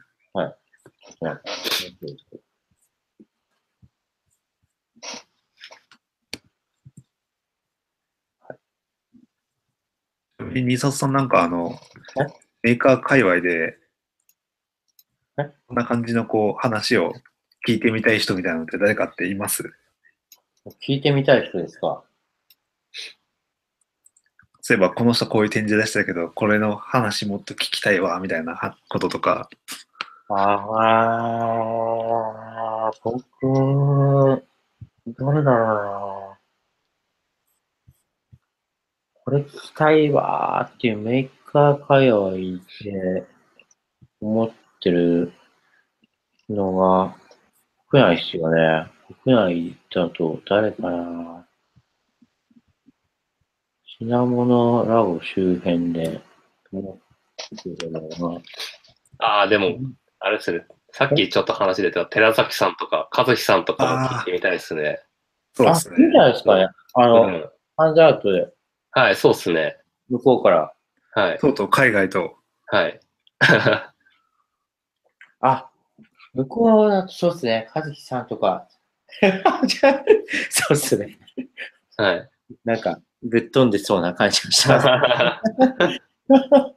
S3: えミサトさんなんか、あの
S2: え、
S3: メーカー界隈で
S2: え、
S3: こんな感じのこう、話を聞いてみたい人みたいなのって誰かっています
S2: 聞いてみたい人ですか
S3: そういえば、この人こういう展示出したけど、これの話もっと聞きたいわ、みたいなはこととか。
S2: ああ、僕、どれだろうな。これ聞きたいわーっていうメーカー界隈で思ってるのが少ないですよね。国内だと誰かな品物ラボ周辺で、もうどうだろうな
S1: ああ、でも、あれですね。さっきちょっと話出た寺崎さんとか、和樹さんとかも聞いてみたいですね。
S3: そうで
S2: あ、
S3: す
S2: いいんじ
S3: ね。
S2: ゃないですかね。あ
S1: う
S2: の、
S1: ん、
S2: ハンズアウトで、
S1: はい、そうですね。
S2: 向こうから。
S1: はい。
S3: とうとう海外と。
S1: はい。
S2: あ、向こうだとそうっすね。和樹さんとか。 じゃあそうっすね。
S1: はい。
S2: なんか、ぶっ飛んでそうな感じがした。
S1: は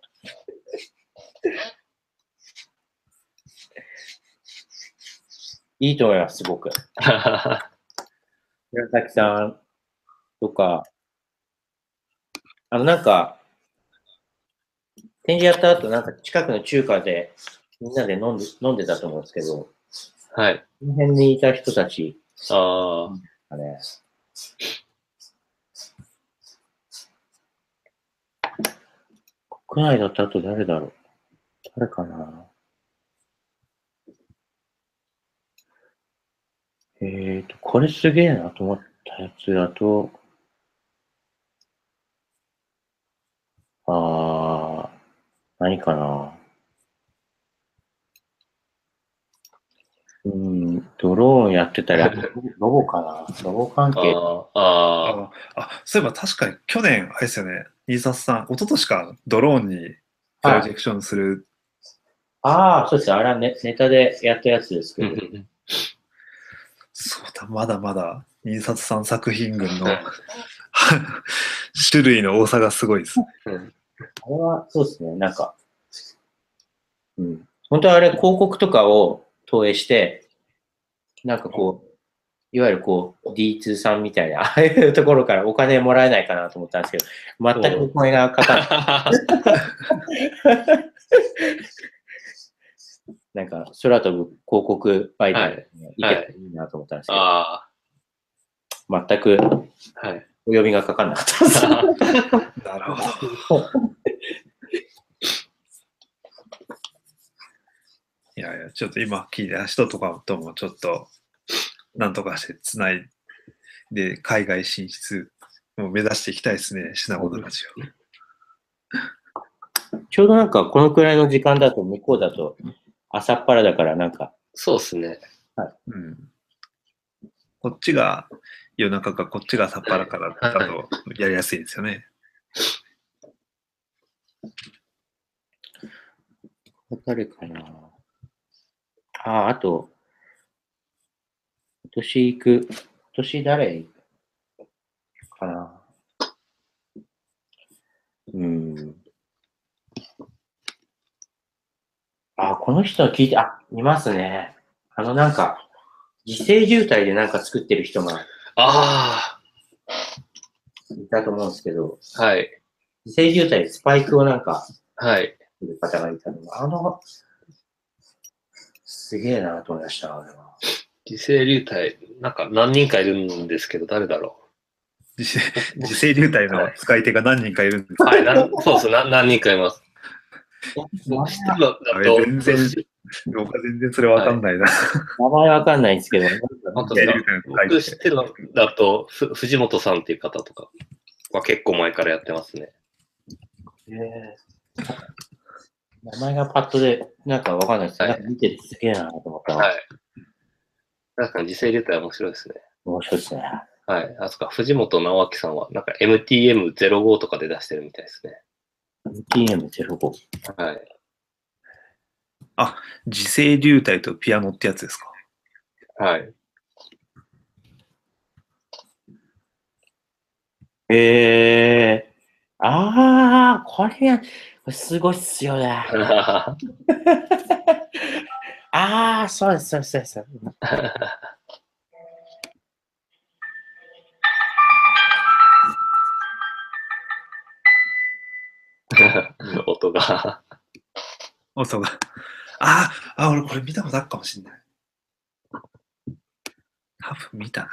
S2: いいと思います、すごく。宮崎さんとか、あの、なんか、展示やった後、なんか近くの中華で、みんなで飲んで飲んでたと思うんですけど、
S1: い。
S2: この辺にいた人たち
S1: ああ、
S2: がね、国内だった後誰だろう誰かなえっ、ー、と、これすげえなと思ったやつだと、あー、何かなうーん、ドローンやってたら、ロボかなロボ関
S1: あ
S2: 係。
S1: ーあー、
S3: ああ、そういえば確かに去年、あれですよね、飯沢さん、一昨年かドローンにプロジェクションする、
S2: ああ、そうですね。あれはネネタでやったやつ ですけ
S1: う
S2: ど。
S1: ん
S3: そうだ、まだまだ、印刷さん作品群の 種類の多さがすごいです。
S2: あれは、そうですね、なんか、うん。本当はあれ、広告とかを投影して、なんかこう、いわゆるこう、D2 さんみたいな、ああいうところからお金もらえないかなと思ったんですけど、全くお金がかかんない。なんか、空飛ぶ広告媒体に行けたらいいなと思ったんですけど、
S1: あ
S2: 全く
S1: ー、 はい。
S2: お呼びがかかんなかったです。
S3: なるほど。いやいや、ちょっと今聞いた人とかともちょっと、なんとかしてつないで、海外進出も目指していきたいですね、品物ラジ
S2: ちょうどなんか、このくらいの時間だと、向こうだと、朝っぱらだから、なんか、
S1: そうですね。
S3: オ。うん。こっちが夜中か、こっちが朝っぱらからだとやりやすいですよね。
S2: 誰かなあ、あと、今年行く、今年誰行くかなうん。あ、この人は聞いて、あ、いますね。あの、なんか、自生渋滞でなんか作ってる人が
S1: あ
S2: いたと思うんですけど、
S1: あ、はい。
S2: 自生渋滞でスパイクをなんか、
S1: はい。
S2: 作る方がいたのが、あの、すげえなと思いました、あれは。
S1: 自生流体、なんか何人かいるんですけど、誰だろ
S3: 自生自生流体の使い手が何人かいるんですけ
S1: う。
S3: ど
S1: はい、なんそうですな何人かいます。僕知ってるの
S3: あ
S1: だ
S3: れ
S1: と、
S3: 全然僕は全然それわかんないな。
S2: 名前わかんないんですけど、
S1: 本当
S3: 自
S1: です
S3: 生
S1: か
S3: 流体の
S1: 僕
S3: 使
S1: 知っ
S3: い
S1: てるのだと、ふ藤本さんっていう方とかは結構前からやってますね。
S2: 名前がパッとで、なんかわかんないです。
S1: はい
S2: なんか見ててすげえなと思った。
S1: はい。確かに時勢流体面白いですね。
S2: 面白いですね。
S1: はい。あそっか、藤本直樹さんは、なんか MTM05 とかで出してるみたいですね。
S2: MTM05。
S1: はい。
S3: 自生流体とピアノってやつですか
S1: はい。
S2: えー。あー、これや、これすごいっすよね。あー、そうです、そうです、そうです。
S1: 音が。
S3: あ、そうか。ああ、俺これ見たことあるかもしんない。多分見たな、こ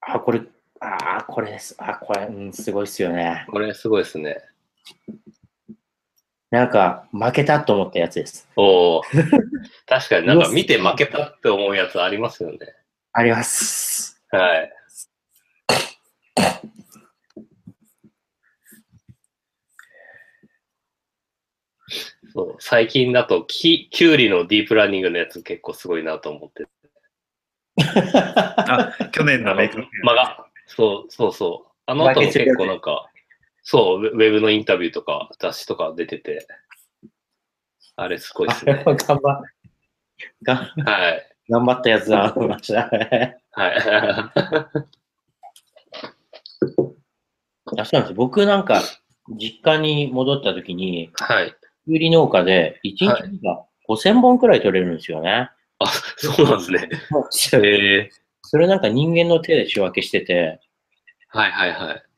S2: あ、これ、あー、これです。あ、これ、うん、すごいっすよね。
S1: これすごいですね。
S2: なんか、負けたと思ったやつです。
S1: おお。確かになんか見て負けたって思うやつありますよね。
S4: あります。
S1: はい。そう、最近だとき、キュウリのディープラーニングのやつ結構すごいなと思って。
S3: あ、去年
S1: あ
S3: の
S1: の
S3: メイクの件
S1: 間が、そうそうそう。あの後も結構なんか、そう、ウェウェブのインタビューとか雑誌とか出てて、あれすごいで
S4: あ
S1: す
S4: れ
S1: ね。
S4: は頑張が
S1: はい。
S4: 頑張ったや つだ、マジで。
S1: はい。
S2: あそうなんです。僕なんか、実家に戻った時に、
S1: はい。
S2: きゅうり農家で、1日にが5000本くらい取れるんですよね。
S1: あ、そうなんですね。へえ
S2: それなんか人間の手で仕分けしてて、
S1: はいはいはい。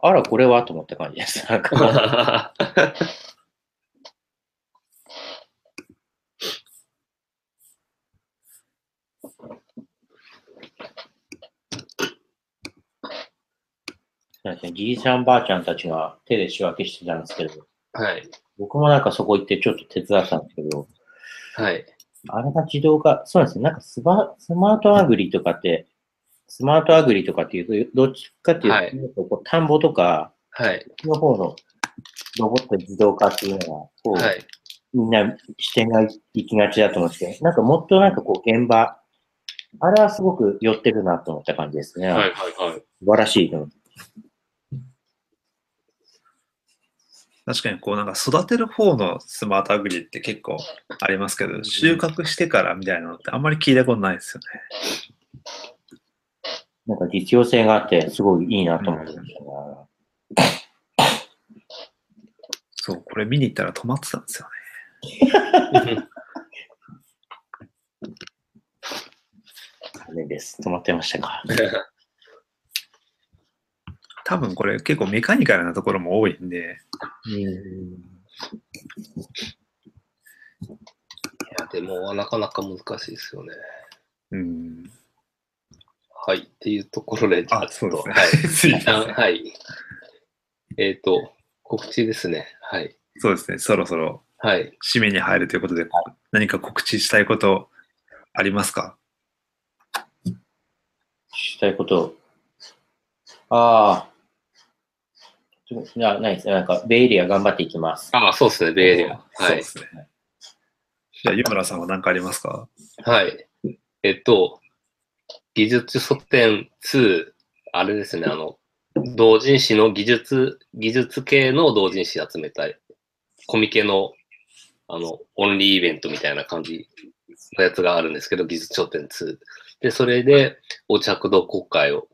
S2: あら、これはと思った感じ です。なんかそうですねじいちゃんばあちゃんたちが手で仕分けしてたんですけど、
S1: はい。
S2: 僕もなんかそこ行ってちょっと手伝ったんですけど、
S1: はい。
S2: あれが自動化、そうなんですね。なんかスマスマートアグリとかって、スマートアグリとかっていうと、どっちかっていうと、
S1: はい
S2: こう田んぼとか、
S1: はい。
S2: の方のロボット自動化っていうのは、こう、
S1: はい。
S2: みんな視点が行きがちだと思うんですけど、なんかもっとなんかこう現場、あれはすごく寄ってるなと思った感じですね。
S1: はい。はい。
S2: 素晴らしいと思って。
S3: 確かにこうなんか育てる方のスマートアグリって結構ありますけど、収穫してからみたいなのってあんまり聞いたことないですよね。
S2: なんか実用性があって、すごいいいなと思ってましたね、
S3: そう、これ見に行ったら止まってたんですよね。
S2: あれです。止まってましたか。
S3: 多分これ結構メカニカルなところも多いんで、
S1: いや、でも、なかなか難しいですよね。
S3: うん。
S1: はい。っていうところで、じゃ
S3: あ、そうですね。
S1: はい。
S3: すい ま
S1: 一
S3: せ
S1: 旦
S3: ん
S1: はい。えっ、と、告知ですね。はい。
S3: そうですね。そろそろ
S1: はい。
S3: 締めに入るということで、何か告知したいことありますか
S2: したいこと。ああ。いや、ないです。なんか、ベイエリア頑張っていきます。
S1: あ、そうですね。ベイエリア。
S3: そう
S1: はい
S3: で。すね。じゃあ、湯村さんは何かありますか
S1: はい。えっと、技術書店2、あれですね、あの、同人誌の技術、技術系の同人誌集めたい、コミケの、あの、オンリーイベントみたいな感じのやつがあるんですけど、技術書店2。で、それで、お着度公開を、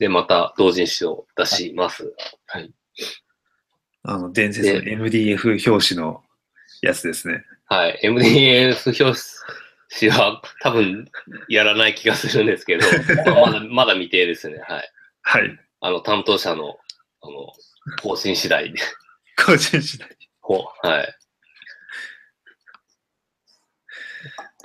S1: で、また同人誌を出します。
S3: あの、伝説の MDF 表紙のやつですね。
S1: はい。MDF 表紙は多分やらない気がするんですけど、まあまだ、まだ未定ですね。はい。
S3: はい。
S1: あの、担当者の、あの、方針次第で。
S3: 個人次第。
S1: ほはい。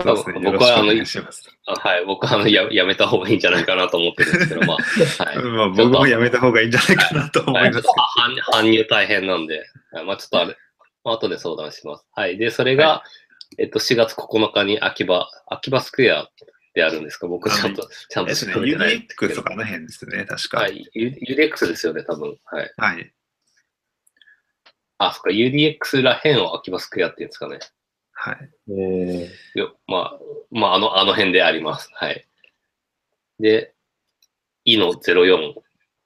S3: そうですね。よろ
S1: 僕
S3: し
S1: は
S3: くお
S1: あの
S3: 願いします。
S1: あはい。僕はあのや、やめた方がいいんじゃないかなと思ってるんですけど、まあ、はい。
S3: まあ、僕もやめた方がいいんじゃないかなと思
S1: はいい、ちょ
S3: ま
S1: っ
S3: す
S1: と搬搬入大変なんで、はいまあちょっとあれ、まあ後で相談します。はい。で、それが、えっと、4月9日に秋葉、秋葉スクエアであるんですか僕
S3: あの
S1: ちゃんと、ちゃんと
S3: ですね。
S1: 調べてないんですけ
S3: UX と
S1: ど。
S3: かあの辺ですね、確か。
S1: は。い。U- UDX ですよね、多分。はい。
S3: はい。
S1: あ、そっか、UDX らへんを秋葉スクエアって言うんですかね。
S3: はい。
S2: えー
S1: よ、まあ、まあ、あの、あの辺であります。はい。で、イの04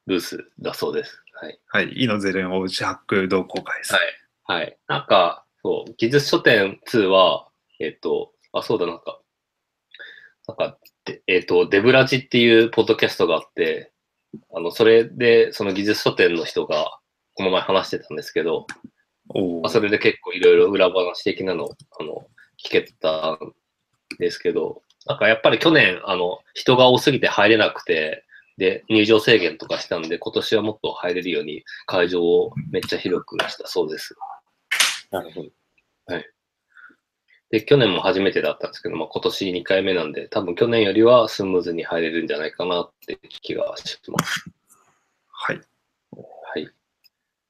S1: ブースだそうです。はい。
S3: はい。イのゼロンおうちハック同好会です。
S1: はいはい。なんか、そう、技術書店2は、えっと、あ、そうだ、なんか、なんか、でえっと、デブラジっていうポッドキャストがあって、あの、それで、その技術書店の人が、この前話してたんですけど、
S3: お
S1: まあ、
S3: ー
S1: それで結構いろいろ裏話的なの、あの、聞けたんですけど、なんかやっぱり去年、あの、人が多すぎて入れなくて、で、入場制限とかしたんで、今年はもっと入れるように会場をめっちゃ広くしたそうです。
S2: なるほど。
S1: で、去年も初めてだったんですけど、まあ、今年2回目なんで、多分去年よりはスムーズに入れるんじゃないかなって気がします。
S3: はい。
S1: はい。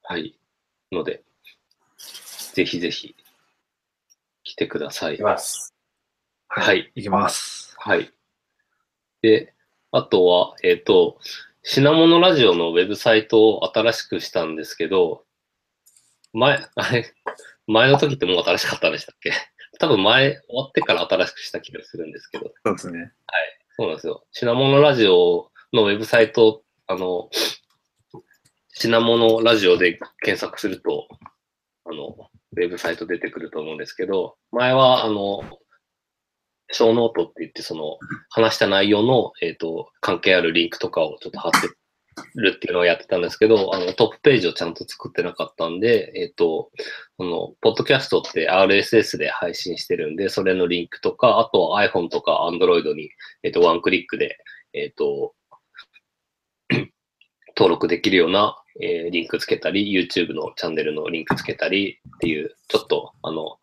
S1: はい。ので、ぜひぜひ来てください
S2: い。ます。
S1: はい。
S3: いきます。
S1: はい。で、あとは、えっ、と、品物ラジオのウェブサイトを新しくしたんですけど、前、あれ、前の時ってもう新しかったんでしたっけ多分前終わってから新しくした気がするんですけど、
S3: そうですね。
S1: そうなんですよ。品物ラジオのウェブサイト、あの、品物ラジオで検索すると、あの、ウェブサイト出てくると思うんですけど、前は、あの、小ノートって言って、その、話した内容の、えっ、と、関係あるリンクとかをちょっと貼ってるっていうのをやってたんですけど、あの、トップページをちゃんと作ってなかったんで、えっ、と、その、ポッドキャストって RSS で配信してるんで、それのリンクとか、あと iPhone とか Android にえっ、と、ワンクリックで、えっ、と、 登録できるような、えーリンクつけたり、YouTube のチャンネルのリンクつけたりっていう、ちょっと、あの、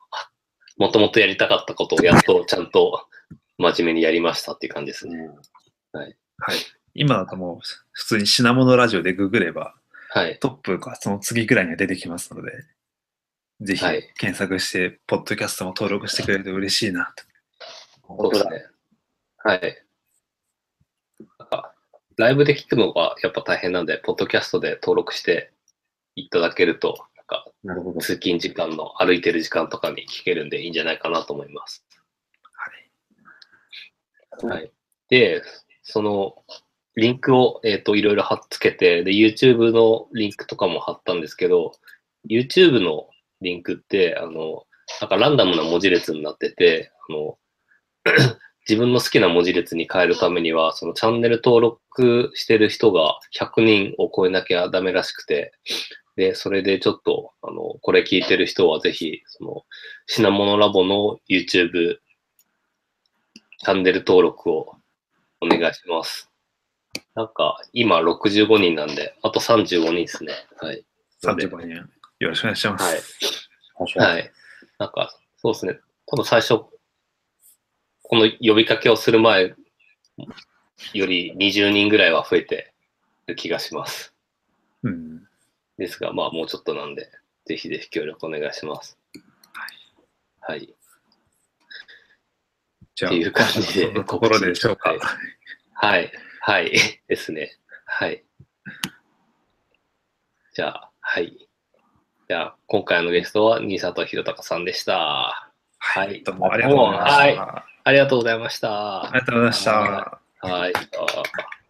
S1: もともとやりたかったことをやっとちゃんと真面目にやりましたっていう感じですね。
S3: はい。今だともう、普通に品物ラジオでググれば、
S1: はい。
S3: トップかその次くらいには出てきますので、ぜひ
S1: はい
S3: 検索して、ポッドキャストも登録してくれると嬉しいなと。
S1: そうですね。はい。なんか、ライブで聞くのがやっぱ大変なんで、ポッドキャストで登録していただけると、なんか、
S4: なるほど。
S1: 通勤時間の歩いてる時間とかに聞けるんでいいんじゃないかなと思います。はい。で、その、リンクを、えっ、と、いろいろ貼っつけて、で、YouTube のリンクとかも貼ったんですけど、YouTube のリンクって、あの、なんかランダムな文字列になってて、あの、 自分の好きな文字列に変えるためには、そのチャンネル登録してる人が100人を超えなきゃダメらしくて、で、それでちょっと、あの、これ聞いてる人はぜひ、その、品物ラボの YouTube チャンネル登録をお願いします。なんか、今65人なんで、あと35人ですね。はい。
S3: 35人、よろしくお願いします。
S1: はい。
S4: 確かに
S1: はい。なんか、そうですね。多分最初、この呼びかけをする前より20人ぐらいは増えてる気がします。
S3: うん。
S1: ですが、まあもうちょっとなんで、ぜひぜひ協力お願いします。はい。はい。
S3: じゃあ、
S1: っていう感じで
S3: そんなところでしょうか。
S1: はい はい。はい。ですね。はい。じゃあ、はい。じゃあ、今回のゲストは、新里弘隆さんでした。
S3: はいどうもありがとうございました。
S1: ありがとうございました。
S3: ありがとうございました。
S1: はい。あー